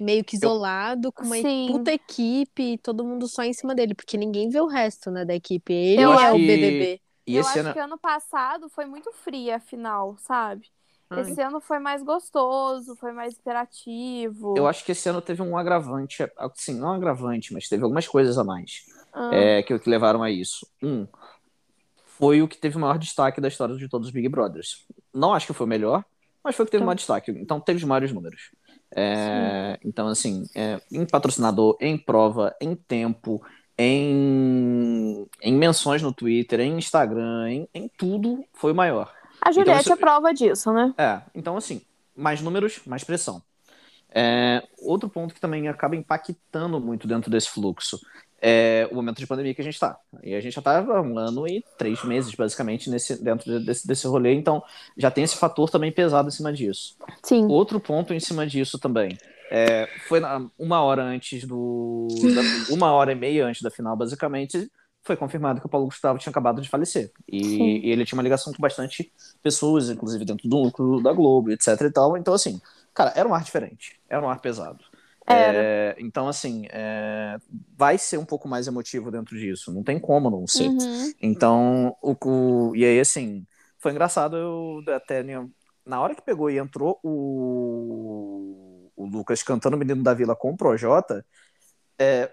meio que isolado, com uma
Sim.
puta equipe, e todo mundo só em cima dele, porque ninguém vê o resto, né, da equipe. Ele
Eu
é
acho
o
que-
BBB.
E
eu
esse
acho
ano.
que ano passado foi muito fria a final, sabe?
Hum.
Ai.
Esse ano foi mais gostoso, foi mais interativo.
Eu acho que esse ano teve um agravante, assim, não um agravante, mas teve algumas coisas a mais
Ah,
é, que, que levaram a isso. Um, foi o que teve o maior destaque da história de todos os Big Brothers. Não acho que foi o melhor, mas foi o que teve o maior destaque. Então teve os maiores números. É, então, assim, é, em patrocinador, em prova, em tempo, em, em menções no Twitter, em Instagram, em, em tudo, foi o maior.
A Juliette
isso-
é prova disso, né?
É, então assim, mais números, mais pressão. É, outro ponto que também acaba impactando muito dentro desse fluxo é, o momento de pandemia que a gente está. E a gente já está há um ano e três meses, basicamente, nesse, dentro desse, desse rolê. Então, já tem esse fator também pesado em cima disso.
Sim.
Outro ponto em cima disso também. é, foi na- uma hora antes do. da- uma hora e meia antes da final, basicamente, foi confirmado que o Paulo Gustavo tinha acabado de falecer.
Sim.
E, e ele tinha uma ligação com bastante pessoas, inclusive dentro do núcleo da Globo, etc e tal. Então, assim, cara, era um ar diferente. Era um ar pesado.
Era.
É, então, assim, é, vai ser um pouco mais emotivo dentro disso. Não tem como não ser.
Uhum.
Então, o, o- e aí, assim, foi engraçado. Eu até né, na hora que pegou e entrou o, o Lucas cantando o Menino da Vila com o Projota, é,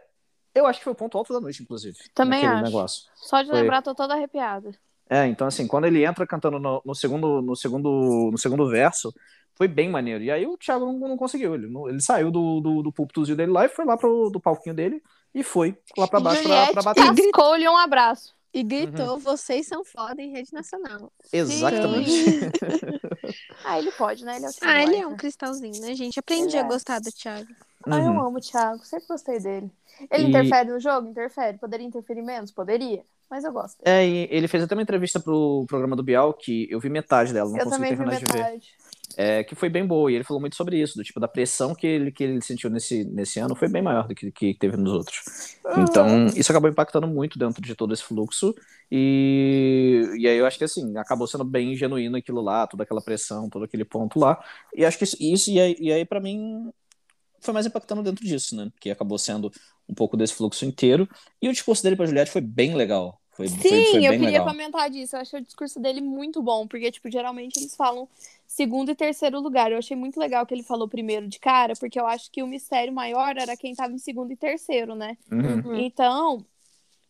eu acho que foi o ponto alto da noite, inclusive.
Também
naquele
acho.
negócio.
Só de
Foi.
lembrar, tô toda arrepiada.
É, então, assim, quando ele entra cantando no, no segundo, no, segundo, no segundo verso, foi bem maneiro. E aí o Thiago não, não conseguiu. Ele, não- ele saiu do, do, do púlpitozinho dele lá e foi lá pro, do palquinho dele e foi lá pra baixo pra,
Juliette
pra bater.
cascou-lhe um abraço.
E gritou, vocês são foda em rede nacional.
Exatamente.
Ah, ele pode, né? Ele é o Thiago
Ah, ele é
Leifert.
um cristalzinho, né, gente? Aprendi
Ele é.
a gostar do Thiago.
Ah,
Uhum.
eu amo o Thiago, sempre gostei dele. Ele
E-
interfere no jogo? Interfere. Poderia interferir menos? Poderia. Mas eu gosto. dele.
É, e ele fez até uma entrevista pro programa do Bial, que eu vi metade dela, não
eu
consegui
também vi
terminar de ver.
metade.
É, que foi bem boa, e ele falou muito sobre isso, do tipo, da pressão que ele, que ele sentiu nesse, nesse ano foi bem maior do que, que teve nos outros.
Ah.
Então, isso acabou impactando muito dentro de todo esse fluxo, e, e aí eu acho que assim, acabou sendo bem genuíno aquilo lá, toda aquela pressão, todo aquele ponto lá, e acho que isso, isso e aí, e aí para mim foi mais impactando dentro disso, né? Que acabou sendo um pouco desse fluxo inteiro, e o discurso dele pra Juliette foi bem legal. Foi, foi- foi
Sim,
bem
eu queria
legal.
comentar disso. Eu achei o discurso dele muito bom, porque, tipo, geralmente eles falam segundo e terceiro lugar. Eu achei muito legal que ele falou primeiro de cara, porque eu acho que o mistério maior era quem tava em segundo e terceiro, né?
Uhum.
Então,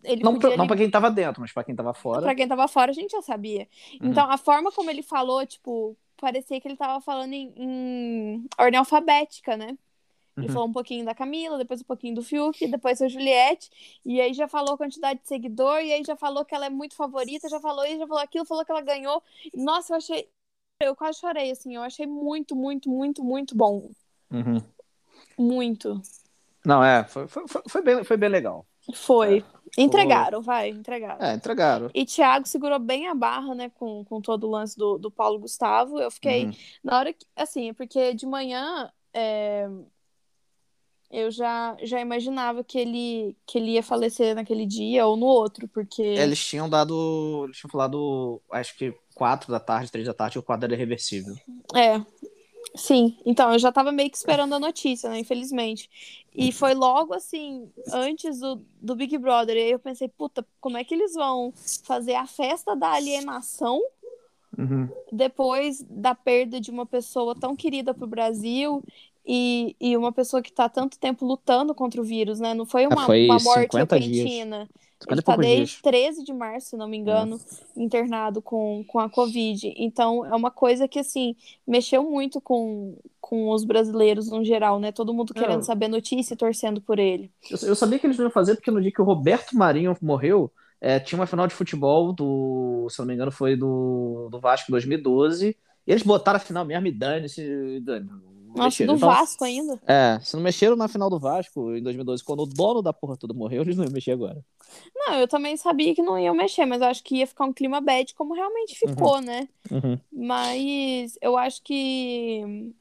ele
Não,
podia
pra, não
ali-
pra quem tava dentro, mas pra quem tava fora.
Pra quem tava fora, a gente já sabia.
Uhum.
Então, a forma como ele falou, tipo, parecia que ele tava falando em, em ordem alfabética, né? Ele
Uhum.
falou um pouquinho da Camila, depois um pouquinho do Fiuk, depois a Juliette, e aí já falou a quantidade de seguidor, e aí já falou que ela é muito favorita, já falou isso, já falou aquilo, falou que ela ganhou. Nossa, eu achei. Eu quase chorei, assim. Eu achei muito, muito, muito, muito bom.
Uhum.
Muito.
Não, é, foi, foi, foi- foi bem, foi bem legal.
Foi. Entregaram, vai, entregaram.
É, entregaram.
E Thiago segurou bem a barra, né, com, com todo o lance do, do Paulo Gustavo. Eu fiquei.
Uhum.
Na hora que. Assim, é porque de manhã é, eu já, já imaginava que ele, que ele ia falecer naquele dia ou no outro, porque.
Eles tinham dado. Eles tinham falado, acho que 4 da tarde, 3 da tarde, o quadro era reversível.
É. Sim, então eu já tava meio que esperando a notícia, né? Infelizmente. E foi logo assim, antes do, do Big Brother. E aí eu pensei, puta, como é que eles vão fazer a festa da alienação
Uhum.
depois da perda de uma pessoa tão querida para o Brasil e, e uma pessoa que está tanto tempo lutando contra o vírus, né? Não foi uma,
Ah, foi
uma morte
50 dias.
repentina. Ele
Cinquenta e
está
poucos
desde
dias.
13 de março, se não me engano, internado com, com a Covid. Então, é uma coisa que, assim, mexeu muito com, com os brasileiros no geral, né? Todo mundo
É.
querendo saber notícia e torcendo por ele.
Eu, eu sabia que eles não iam fazer, porque no dia que o Roberto Marinho morreu, é, tinha uma final de futebol do. Se eu não me engano, foi do, do Vasco 2012. E eles botaram a final mesmo e dane-se. Dane,
Nossa, do
então,
Vasco ainda.
É, se não mexeram na final do Vasco em 2012, quando o dono da porra toda morreu, eles não iam mexer agora.
Não, eu também sabia que não iam mexer, mas eu acho que ia ficar um clima bad, como realmente
Uhum.
ficou, né? Mas eu acho que hum,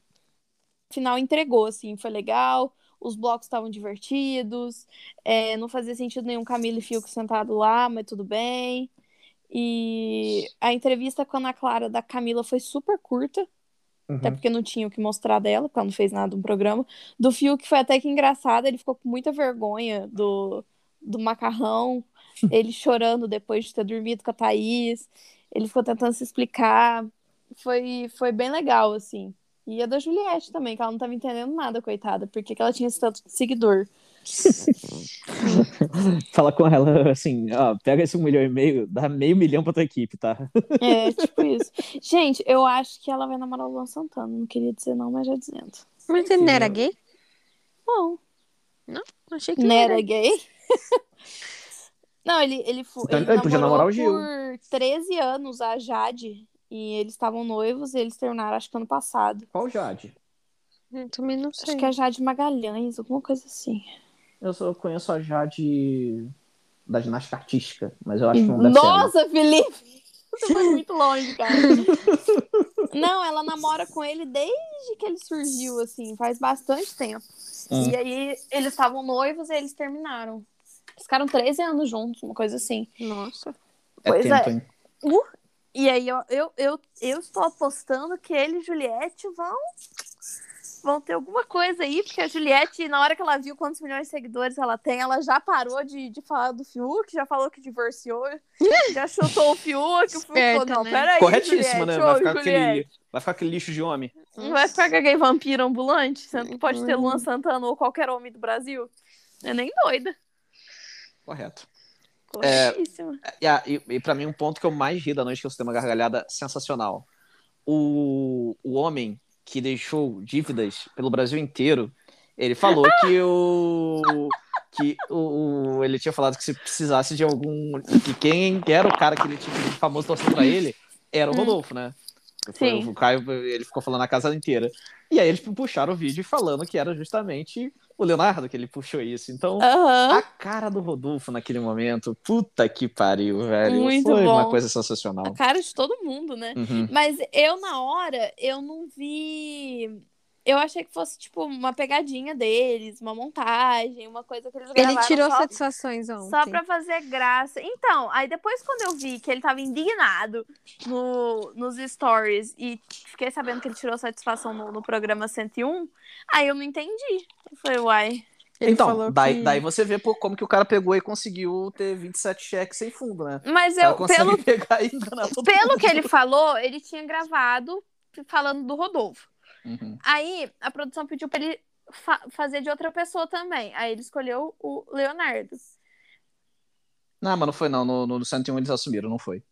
o final entregou, assim, foi legal, os blocos estavam divertidos, é, não fazia sentido nenhum Camila e Fiuk sentado lá, mas tudo bem. E a entrevista com a Ana Clara da Camila foi super curta, até porque não tinha o que mostrar dela, porque ela não fez nada no programa. Do Fiuk foi até que engraçado, ele ficou com muita vergonha do, do macarrão, ele chorando depois de ter dormido com a Thaís, ele ficou tentando se explicar. Foi, foi bem legal, assim. E a da Juliette também, que ela não tava entendendo nada, coitada, porque que ela tinha esse tanto de seguidor.
Fala com ela assim, ó, pega esse um milhão e meio, dá meio milhão pra tua equipe, tá?
É, tipo isso. Gente, eu acho que ela vai namorar o Luan Santana, não queria dizer não, mas já dizendo.
Mas ele
não
não
era
era gay?
Bom,
Achei que
Não né,
não era.
era gay? Não, ele, ele, fo-
Então, ele podia namorar
namorou
o Gil.
por 13 anos a Jade. E eles estavam noivos e eles terminaram, acho que ano passado.
Qual Jade?
Eu também não sei.
Acho que é Jade Magalhães, alguma coisa assim.
Eu só conheço a Jade da ginástica artística, mas eu acho que não deve ser.
Nossa, Felipe! Você foi muito longe, cara. Não, ela namora com ele desde que ele surgiu, assim, faz bastante tempo.
Hum.
E aí eles estavam noivos e eles terminaram. Eles ficaram 13 anos juntos, uma coisa assim.
Nossa.
ela. É
Pois
tempo,
é.
hein?
E aí eu, eu, eu, eu estou apostando que ele e Juliette vão, vão ter alguma coisa aí, porque a Juliette, na hora que ela viu quantos milhões de seguidores ela tem, ela já parou de, de falar do Fiuk, já falou que divorciou, já chutou o Fiuk, o Fiuk falou,
Esperta,
não,
né?
peraí,
Corretíssima,
Juliette,
né?
ô,
Vai ficar, com
Juliette.
aquele, vai ficar aquele lixo de homem.
Não vai ficar com aquele vampiro ambulante, sendo que pode ter
Hum.
Luan Santana ou qualquer homem do Brasil. É nem doida.
Correto. É.
Corretíssima.
E, a- e, e pra mim, um ponto que eu mais ri da noite que eu citei uma gargalhada sensacional. O, o homem que deixou dívidas pelo Brasil inteiro, ele falou que o. Que o, o- ele tinha falado que se precisasse de algum. Que quem era o cara que ele tinha que de famoso torcendo pra ele era o
Hum.
Rodolfo, né? Foi
Sim.
O Caio, ele ficou falando a casa inteira. E aí eles puxaram o vídeo falando que era justamente o Leonardo que ele puxou isso. Então,
Aham.
a cara do Rodolfo naquele momento, puta que pariu, velho.
Muito
Foi uma
bom.
coisa
A
sensacional.
cara de todo mundo, né?
Uhum.
Mas eu, na hora, eu não vi. Eu achei que fosse, tipo, uma pegadinha deles, uma montagem, uma coisa que eles
Ele
gravaram
tirou
só,
satisfações ontem.
só pra fazer graça. Então, aí depois quando eu vi que ele tava indignado no, nos stories e fiquei sabendo que ele tirou satisfação no, no programa 101, aí eu não entendi. Eu falei, uai.
Ele
Então,
falou
daí,
que-
daí você vê pô, como que o cara pegou e conseguiu ter 27 cheques sem fundo, né?
Mas
O cara
eu,
consegue
pelo,
pegar e enganar todo
pelo que ele falou, ele tinha gravado falando do Rodolfo. Uhum.
mundo.
Aí a produção pediu pra ele fa- fazer de outra pessoa também. Aí ele escolheu o Leonardo.
Não, mas não foi não. No, no 101 eles assumiram, não foi.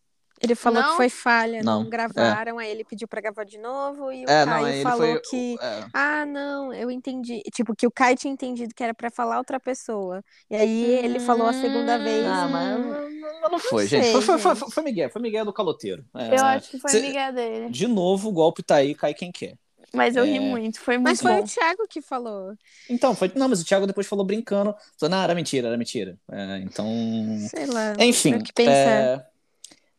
Ele falou
Não?
que foi falha, não,
Não,
gravaram, aí ele pediu pra gravar de novo e o
É, não, aí
Caio
ele
falou
foi.
que
é.
ah, não, eu entendi, tipo que o Caio tinha entendido que era pra falar outra pessoa. E aí ele falou a segunda vez.
Ah, mas
"Hum,
não, foi,
sei,
gente. Foi, foi, foi,
gente.
foi Miguel, foi Miguel do caloteiro. É.
Eu acho que foi
Cê-
amiga dele.
De novo, o golpe tá aí, cai quem quer.
Mas eu
É.
ri muito, foi muito
Mas foi
bom.
o Thiago que falou.
Então, foi. Não, mas o Thiago depois falou brincando. Falou, não, era mentira, era mentira. É, então.
Sei lá.
Enfim.
Tem que pensar.
é,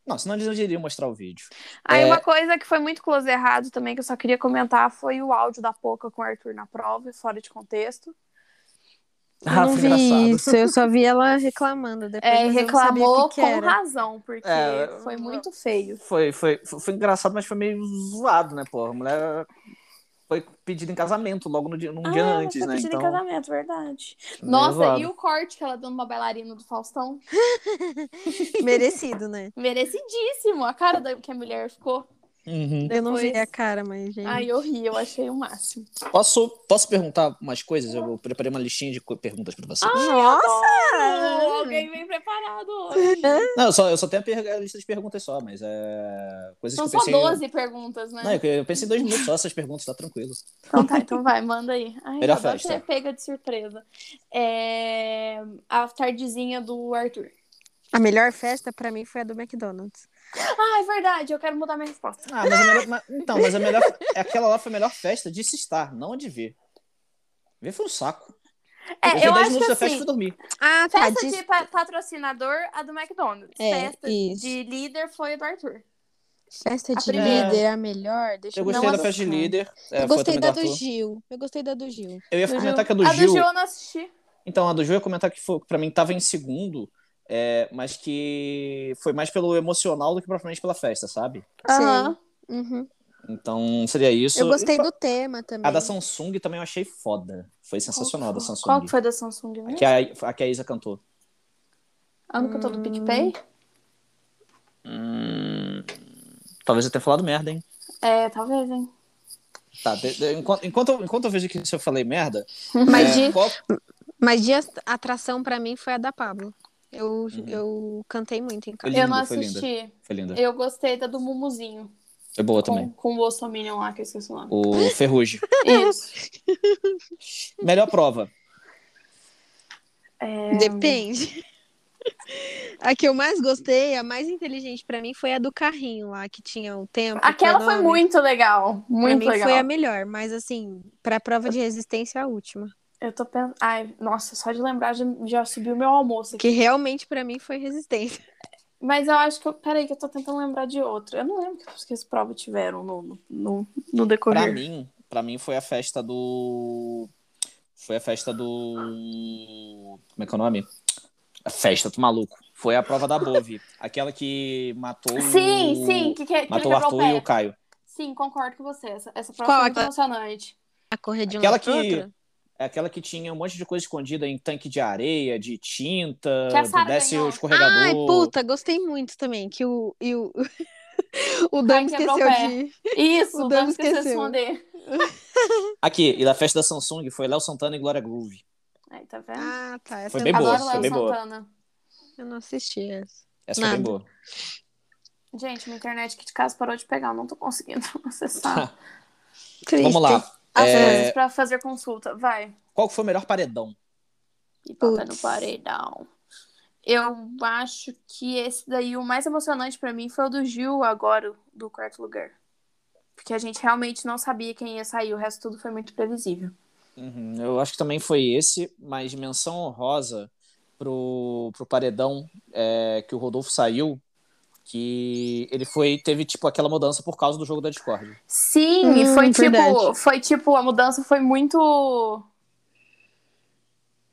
Não, senão eles não iriam mostrar o vídeo.
Aí
É.
uma coisa que foi muito close errado também, que eu só queria comentar, foi o áudio da Poca com o Arthur na prova, fora de contexto.
Eu
Ah,
não vi isso, eu só vi ela reclamando depois.
É,
mas eu não sabia
reclamou
o que que
com
era.
razão, porque
É,
foi
eu-
muito feio.
Foi, foi, foi, foi engraçado, mas foi meio zoado, né, porra? A mulher foi pedida em casamento logo no dia, num dia
ela
antes,
Ah, foi
né?
pedida
Então,
em casamento, verdade.
meio
Nossa,
zoado.
e o corte que ela deu numa bailarina do Faustão?
Merecido, né?
Merecidíssimo, a cara da que a mulher ficou.
Uhum.
Eu não vi
Depois-
a cara, mas gente.
Ai, eu ri, eu achei o máximo.
Posso, posso perguntar umas coisas? Eu preparei uma listinha de co- perguntas pra vocês.
Nossa!
Ah, alguém vem preparado hoje.
Não, eu só, eu só tenho a, per- a lista de perguntas só, mas é. Coisas
São
que
só
eu pensei.
12 perguntas, né?
Não, eu- eu pensei em dois minutos só essas perguntas, tá tranquilo.
Então tá, então vai, manda aí. Ai,
Melhor
eu adoro
festa.
ser pega de surpresa. É, A tardezinha do Arthur.
A melhor festa pra mim foi a do McDonald's.
Ah, é verdade, eu quero mudar minha resposta.
Ah, mas a melhor. mas- então, mas a melhor. Aquela lá foi a melhor festa de se estar, não a de ver. Ver foi um saco.
É,
fiquei
eu
10
acho
minutos
que
da festa e fui
assim,
dormir.
Ah, tá.
festa
diz-
de pa- patrocinador, a do McDonald's.
É,
Festa
isso.
de líder foi a do Arthur.
Festa
A
de
primeira.
líder é a melhor. Deixa
Eu
ver.
gostei
Não,
da
a-
festa de líder. é,
Eu
foi
gostei
também
da
do
do
Arthur.
Gil. Eu gostei da do Gil.
Eu ia
Do
comentar
Gil.
que a do
a
Gil.
do Gil eu não assisti.
Então, a do Gil eu ia comentar que foi, pra mim tava em segundo, é, mas que foi mais pelo emocional do que propriamente pela festa, sabe?
Aham.
Uhum.
Então seria isso.
Eu gostei
E
do tema também.
A da Samsung também eu achei foda. Foi sensacional a da Samsung.
Qual que foi da Samsung?
A que a, a que a Isa cantou.
A única que eu tô do PicPay?
Hum, Talvez eu tenha falado merda, hein?
É, talvez, hein?
Tá, de- de- enquanto, enquanto, eu- enquanto eu vejo que se eu falei merda.
Mas,
é,
de,
qual-
mas de as- atração pra mim foi a da Pablo. Eu,
Uhum.
eu cantei muito em casa.
Lindo,
eu não
foi lindo.
assisti.
Foi linda.
Eu gostei da do Mumuzinho.
Foi boa também.
Com, com o Bolsominion lá, que eu esqueci o nome.
O Ferrugem.
Isso.
Melhor prova.
É,
É, Depende. A que eu mais gostei, a mais inteligente pra mim, foi a do carrinho lá, que tinha o tempo.
Aquela foi
cronômetro.
muito legal.
Pra
Muito
mim
legal.
foi a melhor, mas assim, pra prova de resistência, a última.
Eu tô pensando. Ai, nossa, só de lembrar já, já subiu meu almoço aqui.
Que realmente pra mim foi resistência.
Mas eu acho que. Eu... Peraí, que eu tô tentando lembrar de outro. Eu não lembro que, que as provas tiveram no, no, no
Pra
decorrer.
mim, pra mim foi a festa do. Foi a festa do. Como é que é o nome? A festa do maluco. Foi a prova da Bove. aquela que matou. o-
Sim, sim, que, que, que
Matou o
quebrou
Arthur
o
e o
pé.
Caio.
Sim, concordo com você. Essa, essa
Qual?
prova foi muito emocionante.
A correr de um
Aquela
lado pro
que-
outro.
É aquela que tinha um monte de coisa escondida em tanque de areia, de tinta,
Que a Sarah
desce o
ganhou.
escorregador.
Ai, puta, gostei muito também. Que o. E o... o Dan
Ai,
é
esqueceu
quebrou o
de.
Isso,
O
o
Dan
Dan esqueceu de
esqueceu.
esconder.
Aqui, e da festa da Samsung foi Léo Santana e Glória Groove.
Aí, tá vendo?
Ah, tá. Essa
Foi
eu
bem
não
boa,
Adoro
assisti.
foi bem
Léo
boa.
Santana.
Eu não assisti essa.
Essa foi bem
Nada.
boa.
Gente, minha internet aqui de casa parou de pegar. Eu não tô conseguindo acessar.
Triste.
Vamos lá.
As
É,
coisas pra fazer consulta. Vai.
Qual que foi o melhor paredão?
Pipoca no
Putz.
paredão. Eu acho que esse daí, o mais emocionante pra mim, foi o do Gil agora, do quarto lugar. Porque a gente realmente não sabia quem ia sair. O resto tudo foi muito previsível.
Uhum, eu acho que também foi esse, mas menção honrosa pro, pro paredão é, que o Rodolfo saiu, que ele foi teve tipo aquela mudança por causa do jogo da Discord.
Sim,
Hum,
e foi tipo,
verdade.
foi tipo, a mudança foi muito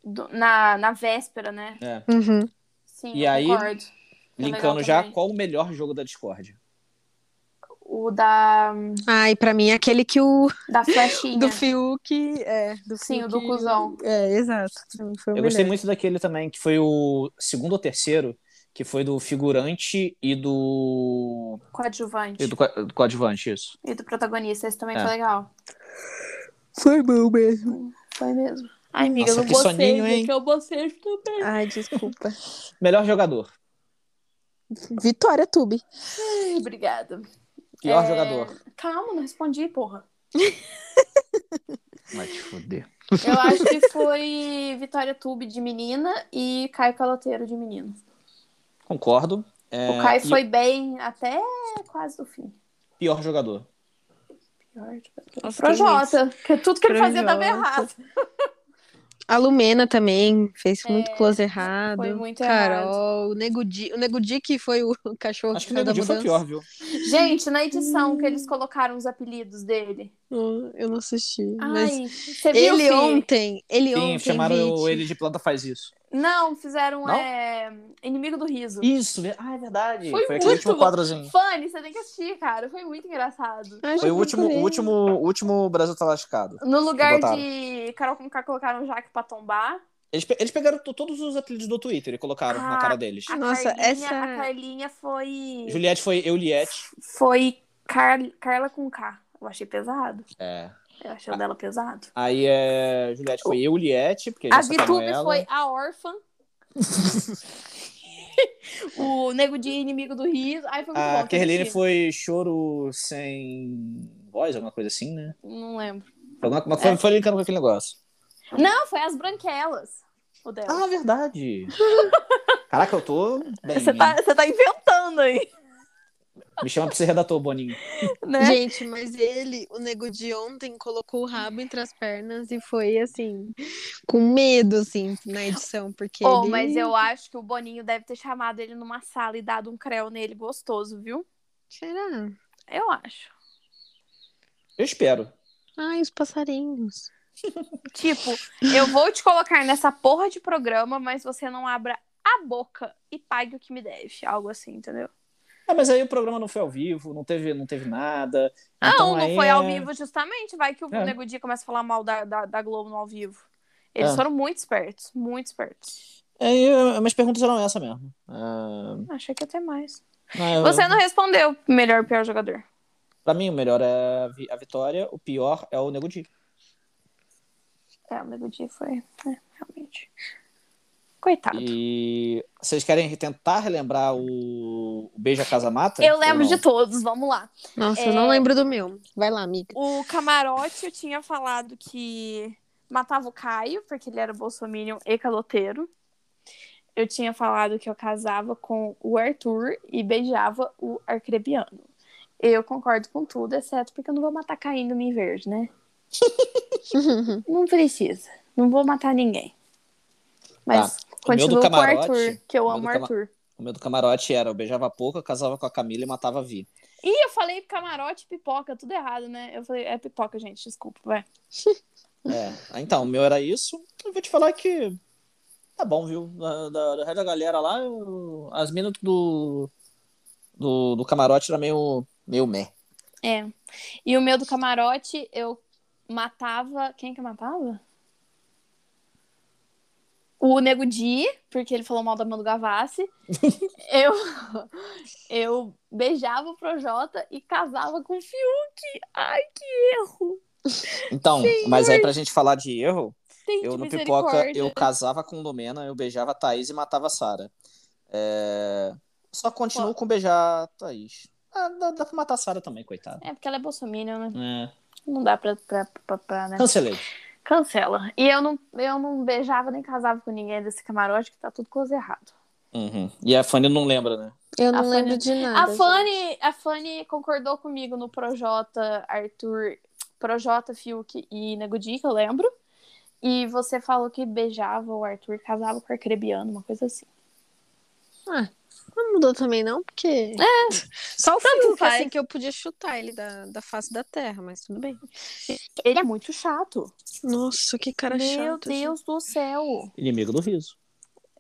do- na, na véspera, né?
É.
Uhum.
Sim,
E
eu
aí-
concordo. Foi
Linkando
legal
já
também.
qual o melhor jogo da Discord.
O da,
Ai, pra mim, aquele que o.
da flechinha.
Do Fiuk. É, do
É. Sim, o
Fiuk
do
e
cuzão.
É, exato. Pra mim foi o
Eu gostei
melhor.
muito daquele também, que foi o segundo ou terceiro, que foi do figurante e do.
Coadjuvante.
E do, co- do coadjuvante, isso.
E do protagonista, esse também
É.
foi legal.
Foi bom mesmo.
Foi mesmo. Ai, amiga,
Nossa,
eu
que
não bocejo,
soninho, hein?
que eu bocejo também.
Ai, desculpa.
Melhor jogador.
Vitória Tube.
Obrigada.
Pior
É,
jogador.
Calma, não respondi, porra.
Vai te foder.
Eu acho que foi Vitória Tube de menina e Caio Caloteiro de menino.
Concordo. É,
O Caio
e
foi bem até quase o fim.
Pior jogador.
Pior, tipo,
Nossa,
Projota, que tudo que ele fazia
Projota.
dava errado.
A Lumena também fez muito close errado.
É, Foi muito errado.
Carol, o Nego Di, o Nego Di que foi o cachorro
Acho que o
saiu
Nego Di foi
mudança.
pior, viu?
Gente, na edição que eles colocaram os apelidos dele.
Não, Eu não assisti, mas
Ai, você viu,
ele
é
fi?
um
ontem, ele
Sim,
ontem,
chamaram
Vit.
ele de planta faz isso.
Não, fizeram
Não?
é, Inimigo do Riso.
Isso, ve- ah, é verdade.
Foi
aquele
muito
último
bom.
quadrozinho.
Fanny, você tem que assistir, cara. Foi muito engraçado.
Ah, já
Foi o último,
procurei.
o último, o último Brasil tá lascado.
No lugar
Botaram.
de Carol Conká colocaram Jaque pra tombar.
Eles, pe- eles pegaram to- todos os apelidos do Twitter e colocaram na
Ah.
cara deles.
A
Nossa,
Carlinha,
essa-
a Carlinha foi
Juliette foi Euliette.
foi Car... Carla com K. Eu achei pesado.
É.
Eu achei o dela pesado.
Aí é, Juliette foi Euliette, porque
A
já sacaram
VTube
ela.
foi a órfã. o Nego de Inimigo do Riso. Ai, foi muito bom.
A
tô
Kerline
assistindo.
foi choro sem voz, alguma coisa assim, né?
Não lembro.
Alguma, mas foi,
É.
foi linkando com aquele negócio.
Não, foi as branquelas. O dela.
Ah, verdade. Caraca, eu tô bem.
Você tá, você tá inventando aí,
Me chama pra ser redator, Boninho.
né?
Gente, mas ele, o Nego Di ontem colocou o rabo entre as pernas e foi assim, com medo assim na edição, porque
Oh,
ele
mas eu acho que o Boninho deve ter chamado ele numa sala e dado um creu nele gostoso, viu?
Será?
Eu acho.
Eu espero.
Ai, os passarinhos.
Tipo, eu vou te colocar nessa porra de programa, mas você não abra a boca e pague o que me deve. Algo assim, entendeu?
Ah, mas aí o programa não foi ao vivo, não teve, não teve nada.
Não,
Então,
Ah, um não
aí
foi
é-
ao vivo justamente. Vai que o
É.
Nego Dia começa a falar mal da, da, da Globo no ao vivo. Eles
É.
foram muito espertos, muito espertos.
Aí, é, minhas perguntas eram essa mesmo. Ah,
Achei que ia ter mais.
ah, eu-
Você não respondeu melhor pior jogador.
Pra mim, o melhor é a vi- a Vitória, o pior é o Nego Di.
É, o Nego Dia foi, é, realmente. Coitado.
E vocês querem tentar relembrar o, o Beija Casa Mata?
Eu
Ou
lembro
não?
de todos, vamos lá.
Nossa, eu
É.
não lembro do meu. Vai lá, amiga.
O camarote eu tinha falado que matava o Caio, porque ele era bolsominion e caloteiro. Eu tinha falado que eu casava com o Arthur e beijava o Arcrebiano. Eu concordo com tudo, exceto porque eu não vou matar caindo me verde, né? Não precisa. Não vou matar ninguém. Mas
Tá. O meu do
continua com o
camarote-
Arthur, que
o
eu
meu
amo
do
o
cama-
Arthur.
O meu do camarote era, eu beijava pouco, eu casava com a Camila e matava a Vi.
Ih, eu falei camarote e pipoca, tudo errado, né? Eu falei, é pipoca, gente, desculpa, vai.
É. Ah, Então, o meu era isso. Eu vou te falar que tá bom, viu? Da, da, da resto da galera lá, eu- as minas do, do, do camarote era meio, meio meh.
É. E o meu do camarote, eu matava. Quem que eu matava? O Nego Di, porque ele falou mal da mão do Gavassi. eu, eu beijava o Projota e casava com o Fiuk. Ai, que erro!
Então, mas aí pra gente falar de erro,
Tem
eu
de
no
misericórdia.
pipoca, eu casava com Lumena, eu beijava a Thaís e matava a Sara. É, Só continuo com beijar a Thaís. Ah, dá, dá pra matar a Sara também, coitada.
É, porque ela é bolsominion, né?
É.
Não dá pra, pra, pra, pra, né?
Cancelei.
Cancela. E eu não, eu não beijava nem casava com ninguém desse camarote, que tá tudo coisa errada.
Uhum. E a Fanny não lembra, né?
Eu
A
não
Fanny-
lembro de
A
nada.
Fanny, a Fanny concordou comigo no Projota, Arthur, Projota, Fiuk e Negudi, que eu lembro. E você falou que beijava o Arthur, casava com o Arcrebiano, uma coisa assim.
Não mudou também, não, porque. É. Só o
Tanto
Fiuk,
faz.
assim, que eu podia chutar ele da, da face da terra, mas tudo bem.
Ele é muito chato.
Nossa, que cara chato.
Meu Deus do céu.
Inimigo do riso.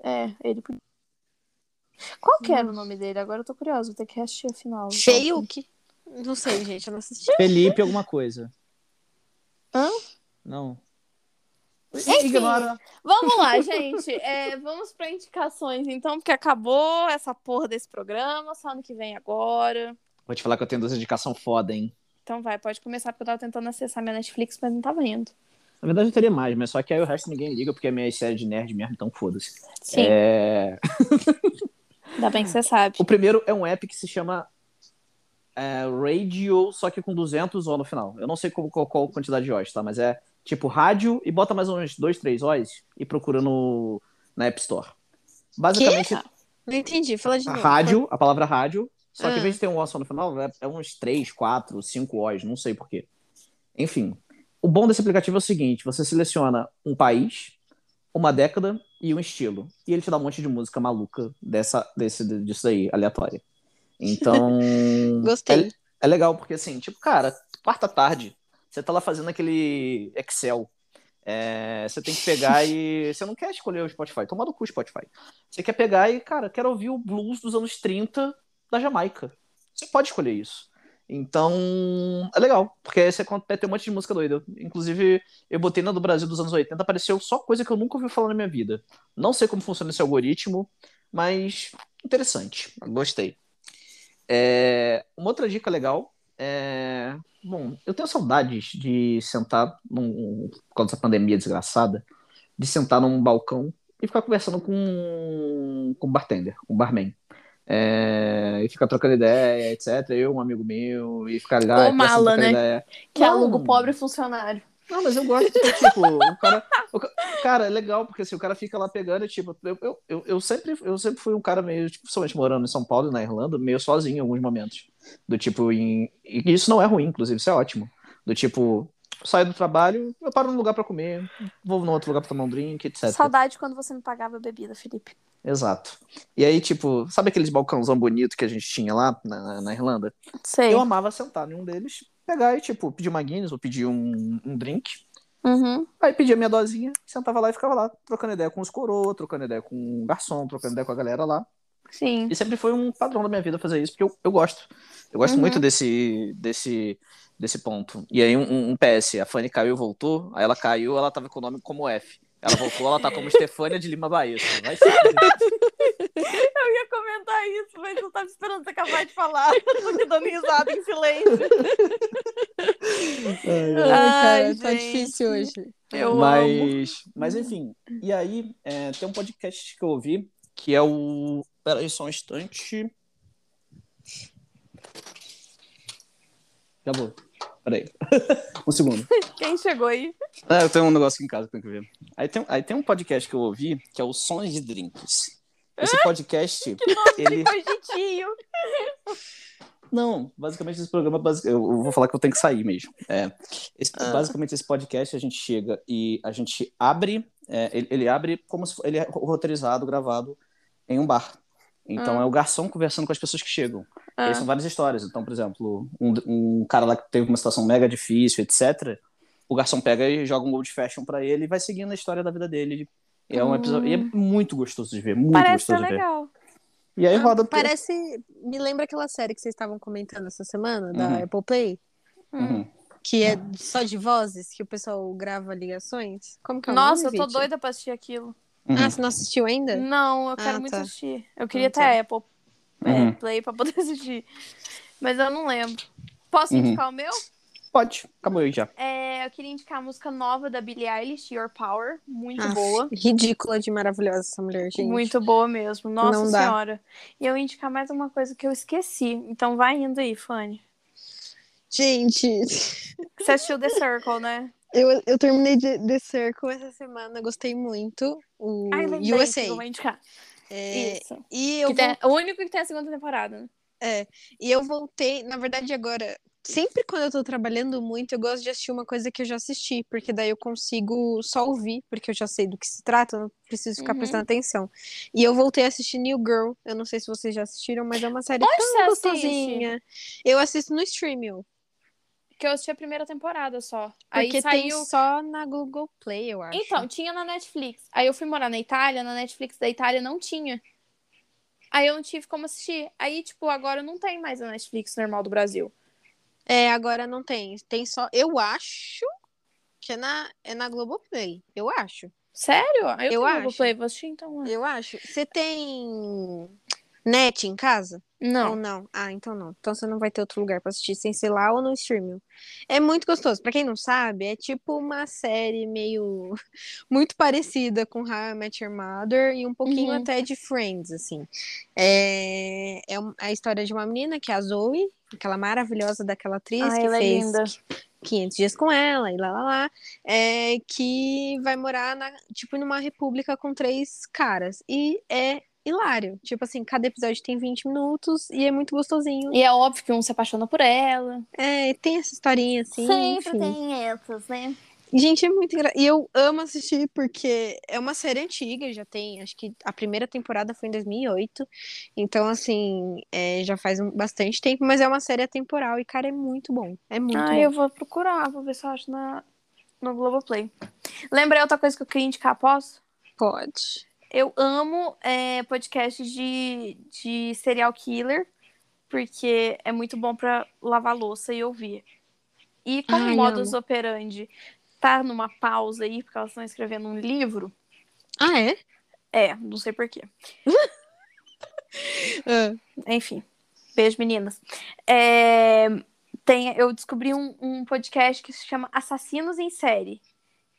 É, ele. Qual que era o nome dele? Agora eu tô curiosa, vou ter que assistir a final. então.
gente. Fiuk. Não sei, gente, eu não assisti.
Felipe alguma coisa.
Hã?
Não.
Enfim. Vamos lá, gente. É, vamos para indicações, então, porque acabou essa porra desse programa. Só ano que vem agora.
Vou te falar que eu tenho duas indicações foda, hein?
Então vai, pode começar, porque eu tava tentando acessar minha Netflix, mas não tava indo.
Na verdade eu teria mais, mas só que aí o resto ninguém liga, porque é minha série de nerd mesmo, então foda-se.
Sim,
É...
ainda bem que você sabe.
O primeiro é um app que se chama é, Radio, só que com 200 O no final. Eu não sei qual, qual, qual quantidade de O's, tá? Mas é tipo rádio e bota mais uns dois, três O's e procura no, na App Store. Basicamente,
Não entendi, fala de
a
novo.
rádio, a palavra rádio, só que
Ah.
em vez de ter um O só no final, é, é uns 3, 4, 5 O's, não sei porquê. Enfim, o bom desse aplicativo é o seguinte: você seleciona um país, uma década e um estilo. E ele te dá um monte de música maluca dessa, desse, disso daí, aleatória. Então.
Gostei.
É, é legal, porque assim, tipo, cara, quarta tarde, você tá lá fazendo aquele Excel. É, você tem que pegar e. Você não quer escolher o Spotify, toma do cu o Spotify. Você quer pegar e, cara, quero ouvir o blues dos anos 30 da Jamaica. Você pode escolher isso. Então, é legal, porque aí você con- tem um monte de música doida. Inclusive, eu botei na do Brasil dos anos 80, apareceu só coisa que eu nunca ouvi falar na minha vida. Não sei como funciona esse algoritmo, mas interessante. Gostei. É, uma outra dica legal é. Bom, eu tenho saudades de sentar, num, por causa dessa pandemia desgraçada, de sentar num balcão e ficar conversando com com um bartender, com um barman. É, e ficar trocando ideia, etc. Eu, um amigo meu, e ficar lá.
Ô,
conversando,
mala,
trocando
né?
ideia.
Que aluga
Hum.
o pobre funcionário.
Não, mas eu gosto, porque, tipo, o cara, o ca- cara, é legal, porque assim, o cara fica lá pegando, e, tipo, eu, eu, eu, eu sempre, eu sempre fui um cara meio, tipo, principalmente morando em São Paulo e na Irlanda, meio sozinho em alguns momentos, do tipo, em, e isso não é ruim, inclusive, isso é ótimo, do tipo, saio do trabalho, eu paro num lugar pra comer, vou num outro lugar pra tomar um drink, etc.
Saudade quando você me pagava a bebida, Felipe.
Exato. E aí, tipo, sabe aqueles balcãozão bonito que a gente tinha lá na, na Irlanda?
Sei.
Eu amava sentar em um deles, pegar e, tipo, pedir uma Guinness ou pedir um, um drink,
Uhum.
Aí pedia minha dosinha, sentava lá e ficava lá, trocando ideia com os coroa, trocando ideia com o garçom, trocando ideia com a galera lá.
Sim.
E sempre foi um padrão da minha vida fazer isso, porque eu, eu gosto. Eu gosto
Uhum.
muito desse, desse, desse ponto. E aí, um- um, um PS, a Fanny caiu e voltou, aí ela caiu, ela tava com o nome como F. Ela voltou, ela tá como Stefânia de Lima Baesso. Vai se fuder.
Eu ia comentar isso, mas eu tava esperando você acabar de falar. Tô te dando risada em silêncio.
Ai,
Ai,
cara, tá
gente.
difícil hoje.
Eu amo. Hum.
mas, mas enfim. E aí, é, tem um podcast que eu ouvi, que é o. Peraí, só um instante. Acabou. Peraí. um segundo.
Quem chegou aí?
Ah, eu tenho um negócio aqui em casa que eu tenho que ver. Aí tem, aí tem um podcast que eu ouvi, que é o Sons de
Ah,
Drinks. Esse podcast, ele.
Foi de tio.
Não, basicamente esse programa. basi- Eu eu vou falar que eu tenho que sair mesmo. É, esse-
Ah.
Basicamente, esse podcast a gente chega e a gente abre. é, ele, ele abre como se fo- ele é roteirizado, gravado em um bar. Então é o garçom conversando com as pessoas que chegam. E aí
Ah.
são várias histórias. Então, por exemplo, um, um cara lá que teve uma situação mega difícil, etc. O garçom pega e joga um old fashion pra ele e vai seguindo a história da vida dele. E é um episódio. E é muito gostoso de ver. Muito
Hum. Parece ser
gostoso de ver.
legal.
E aí roda.
Parece. Me lembra aquela série que vocês estavam comentando essa semana, da
Uhum.
Apple Play?
Hum.
Uhum.
Que é só de vozes, que o pessoal grava ligações? Como que é o
Nossa, eu
nome,
tô
Vitor?
doida pra assistir aquilo.
Uhum.
Ah, você não assistiu
É.
ainda?
Não, eu quero
Ah,
muito
tá.
assistir. Eu queria
Ah,
ter
tá.
a Apple é,
Uhum.
Play pra poder assistir. Mas eu não lembro. Posso
Uhum.
indicar o meu?
Pode. Acabou aí já.
É, eu queria indicar a música nova da Billie Eilish, Your Power. Muito
Ah,
boa.
Ridícula de maravilhosa essa mulher, gente.
Muito boa mesmo. Nossa
Não dá.
senhora. E eu ia indicar mais uma coisa que eu esqueci. Então vai indo aí, Fanny.
Gente,
Você assistiu The Circle, né?
eu, eu terminei de The Circle essa semana, gostei muito. O
Ai, lembrei
USA.
que eu vou indicar.
é,
Isso.
e, eu
Que tem- O único que tem a segunda temporada, né?
E eu voltei, na verdade, agora, sempre quando eu tô trabalhando muito, eu gosto de assistir uma coisa que eu já assisti, porque daí eu consigo só ouvir, porque eu já sei do que se trata, eu não preciso ficar
Uhum.
prestando atenção. E eu voltei a assistir New Girl, eu não sei se vocês já assistiram, mas é uma série
Onde
tão
você assiste?
gostosinha. Eu assisto no Streamio,
Que eu assisti a primeira temporada só. Aí
porque tem
saiu.
só na Google Play, eu acho.
Então, tinha na Netflix. Aí eu fui morar na Itália, na Netflix da Itália não tinha. Aí eu não tive como assistir. Aí, tipo, agora não tem mais a Netflix normal do Brasil.
É, agora não tem, tem só, eu acho que é na, é na Globoplay, eu acho.
Sério? Aí eu,
Eu
tenho
acho.
Globoplay, vou assistir então. é.
Eu acho. Você tem net em casa? Ou
Não.
não? Ah, então não. Então você não vai ter outro lugar pra assistir sem ser lá ou no streaming. É muito gostoso. Pra quem não sabe, é tipo uma série meio muito parecida com How I Met Your Mother e um pouquinho
Uhum.
até de Friends, assim. É, é um- a história de uma menina que é a Zoe, aquela maravilhosa daquela atriz
Ai,
que
ela é
fez
linda.
500 dias com ela e lá lá lá, é, que vai morar na, tipo numa república com três caras e é hilário, tipo assim, cada episódio tem 20 minutos e é muito gostosinho.
E é óbvio que um se apaixona por ela.
É, tem essa historinha assim, enfim.
tem essas, né?
Gente, é muito engraçado. E eu amo assistir porque é uma série antiga, já tem, acho que a primeira temporada foi em 2008. Então, assim, é, já faz um- bastante tempo, mas é uma série atemporal e, cara, é muito bom. É muito
Ah,
bom.
eu vou procurar, vou ver se eu acho na, no Globoplay. Lembrei outra coisa que eu queria indicar, posso?
Pode.
Eu amo é, podcast de, de serial killer, porque é muito bom pra lavar louça e ouvir. E como
Ai,
modus operandi tá numa pausa aí, porque elas estão escrevendo um livro,
Ah, é?
é, não sei porquê.
Ah.
Enfim, beijo, meninas. É, tem, eu descobri um, um podcast que se chama Assassinos em Série,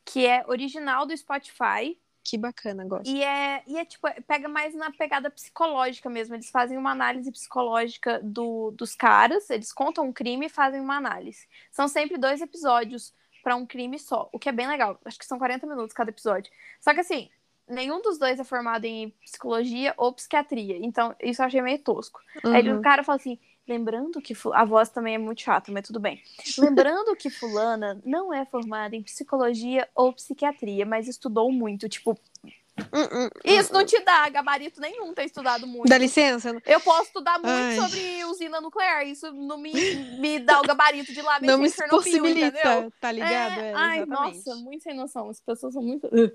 que é original do Spotify.
Que bacana, gosto.
E é, e é tipo, é- pega mais na pegada psicológica mesmo. Eles fazem uma análise psicológica do, dos caras, eles contam um crime e fazem uma análise. São sempre dois episódios pra um crime só, o que é bem legal. Acho que são 40 minutos cada episódio. Só que assim, nenhum dos dois é formado em psicologia ou psiquiatria. Então, isso eu achei meio tosco. Aí ele-
Uhum.
o cara fala assim, lembrando que... fu- A voz também é muito chata, mas tudo bem. Lembrando que fulana não é formada em psicologia ou psiquiatria, mas estudou muito. Tipo,
Hum, hum.
isso não te dá gabarito nenhum ter estudado muito.
Dá licença?
Eu posso estudar muito
Ai.
sobre usina nuclear, isso não me, me dá o gabarito de lá
Não me
mexer em Chernobyl, entendeu?
possibilita, tá ligado?
É,
É,
ai,
exatamente.
nossa, muito sem noção. As pessoas são muito. uh.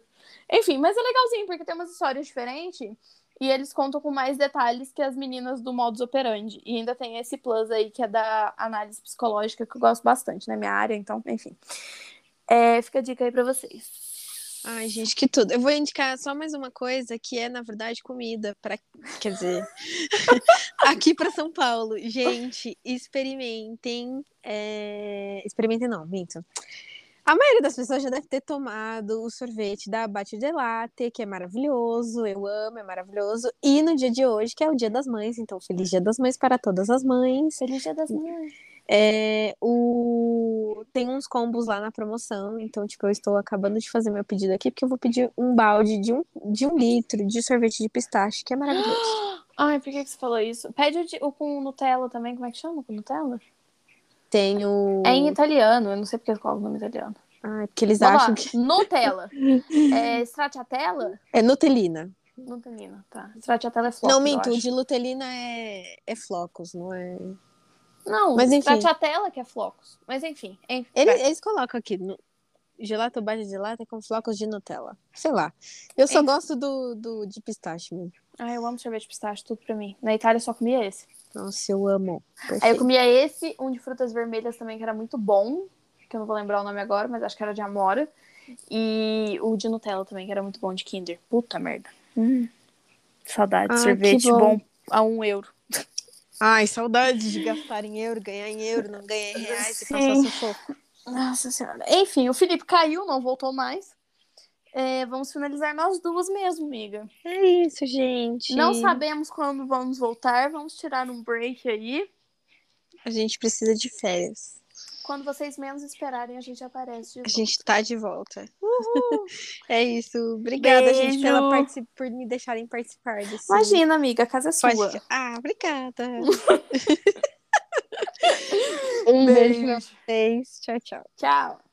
Enfim, mas é legalzinho, porque tem umas histórias diferentes e eles contam com mais detalhes que as meninas do modus operandi. E ainda tem esse plus aí que é da análise psicológica, que eu gosto bastante, né? Minha área, então, enfim. É, fica a dica aí pra vocês.
Ai, gente, que tudo. Eu vou indicar só mais uma coisa que é, na verdade, comida. Pra... Quer dizer, aqui pra São Paulo. Gente, experimentem. é, Experimentem, não, minto. A maioria das pessoas já deve ter tomado o sorvete da Abate de Latte, que é maravilhoso, eu amo, é maravilhoso. E no dia de hoje, que é o Dia das Mães, então feliz Dia das Mães para todas as mães.
Feliz dia das mães.
É, o... Tem uns combos lá na promoção, então, tipo, eu estou acabando de fazer meu pedido aqui, porque eu vou pedir um balde de um, de um litro de sorvete de pistache, que é maravilhoso.
Ai, por que, que você falou isso? Pede o, de- o com Nutella também, como é que chama? Com Nutella?
Tem o.
É em italiano, eu não sei porque qual é o nome italiano.
Ah, porque eles
Vamos
acham
lá,
que.
Nutella. É stracciatella?
É Nutelina.
Nutelina, tá. Stracciatella é flocos,
Não,
eu
minto, o
acho.
de Lutelina é, é flocos, não é?
Não,
Mas enfim.
stracciatella que é flocos. Mas enfim, enfim.
Ele- Eles, colocam aqui no... gelato base de gelato é com flocos de Nutella. Sei lá. Eu só
Enfim.
gosto do, do de pistache mesmo.
Ai, eu amo sorvete de pistache, tudo pra mim. Na Itália eu só comia esse.
Nossa, eu amo.
Aí eu
Perfeito.
comia esse, um de frutas vermelhas também, que era muito bom. Que eu não vou lembrar o nome agora, mas acho que era de Amora. E o de Nutella também, que era muito bom, de Kinder. Puta merda. Hum. Saudade.
Ah,
Sorvete
que bom.
bom. a um euro.
Ai, saudade de gastar em euro, ganhar em euro, não ganhar em reais e passar
Sim.
sufoco.
Nossa senhora. Enfim, o Felipe caiu, não voltou mais. É, vamos finalizar nós duas mesmo, amiga.
É isso, gente.
Não sabemos quando vamos voltar. Vamos tirar um break aí.
A gente precisa de férias.
Quando vocês menos esperarem, a gente aparece.
A
De...
gente tá de volta.
Uhul!
É isso. Obrigada, gente,
Beijo.
pela partici- por me deixarem participar desse.
Imagina, amiga, a casa é sua.
podcast. Ah, obrigada.
Um beijo pra
Beijo.
Um
Um
vocês. Tchau, tchau.
Tchau.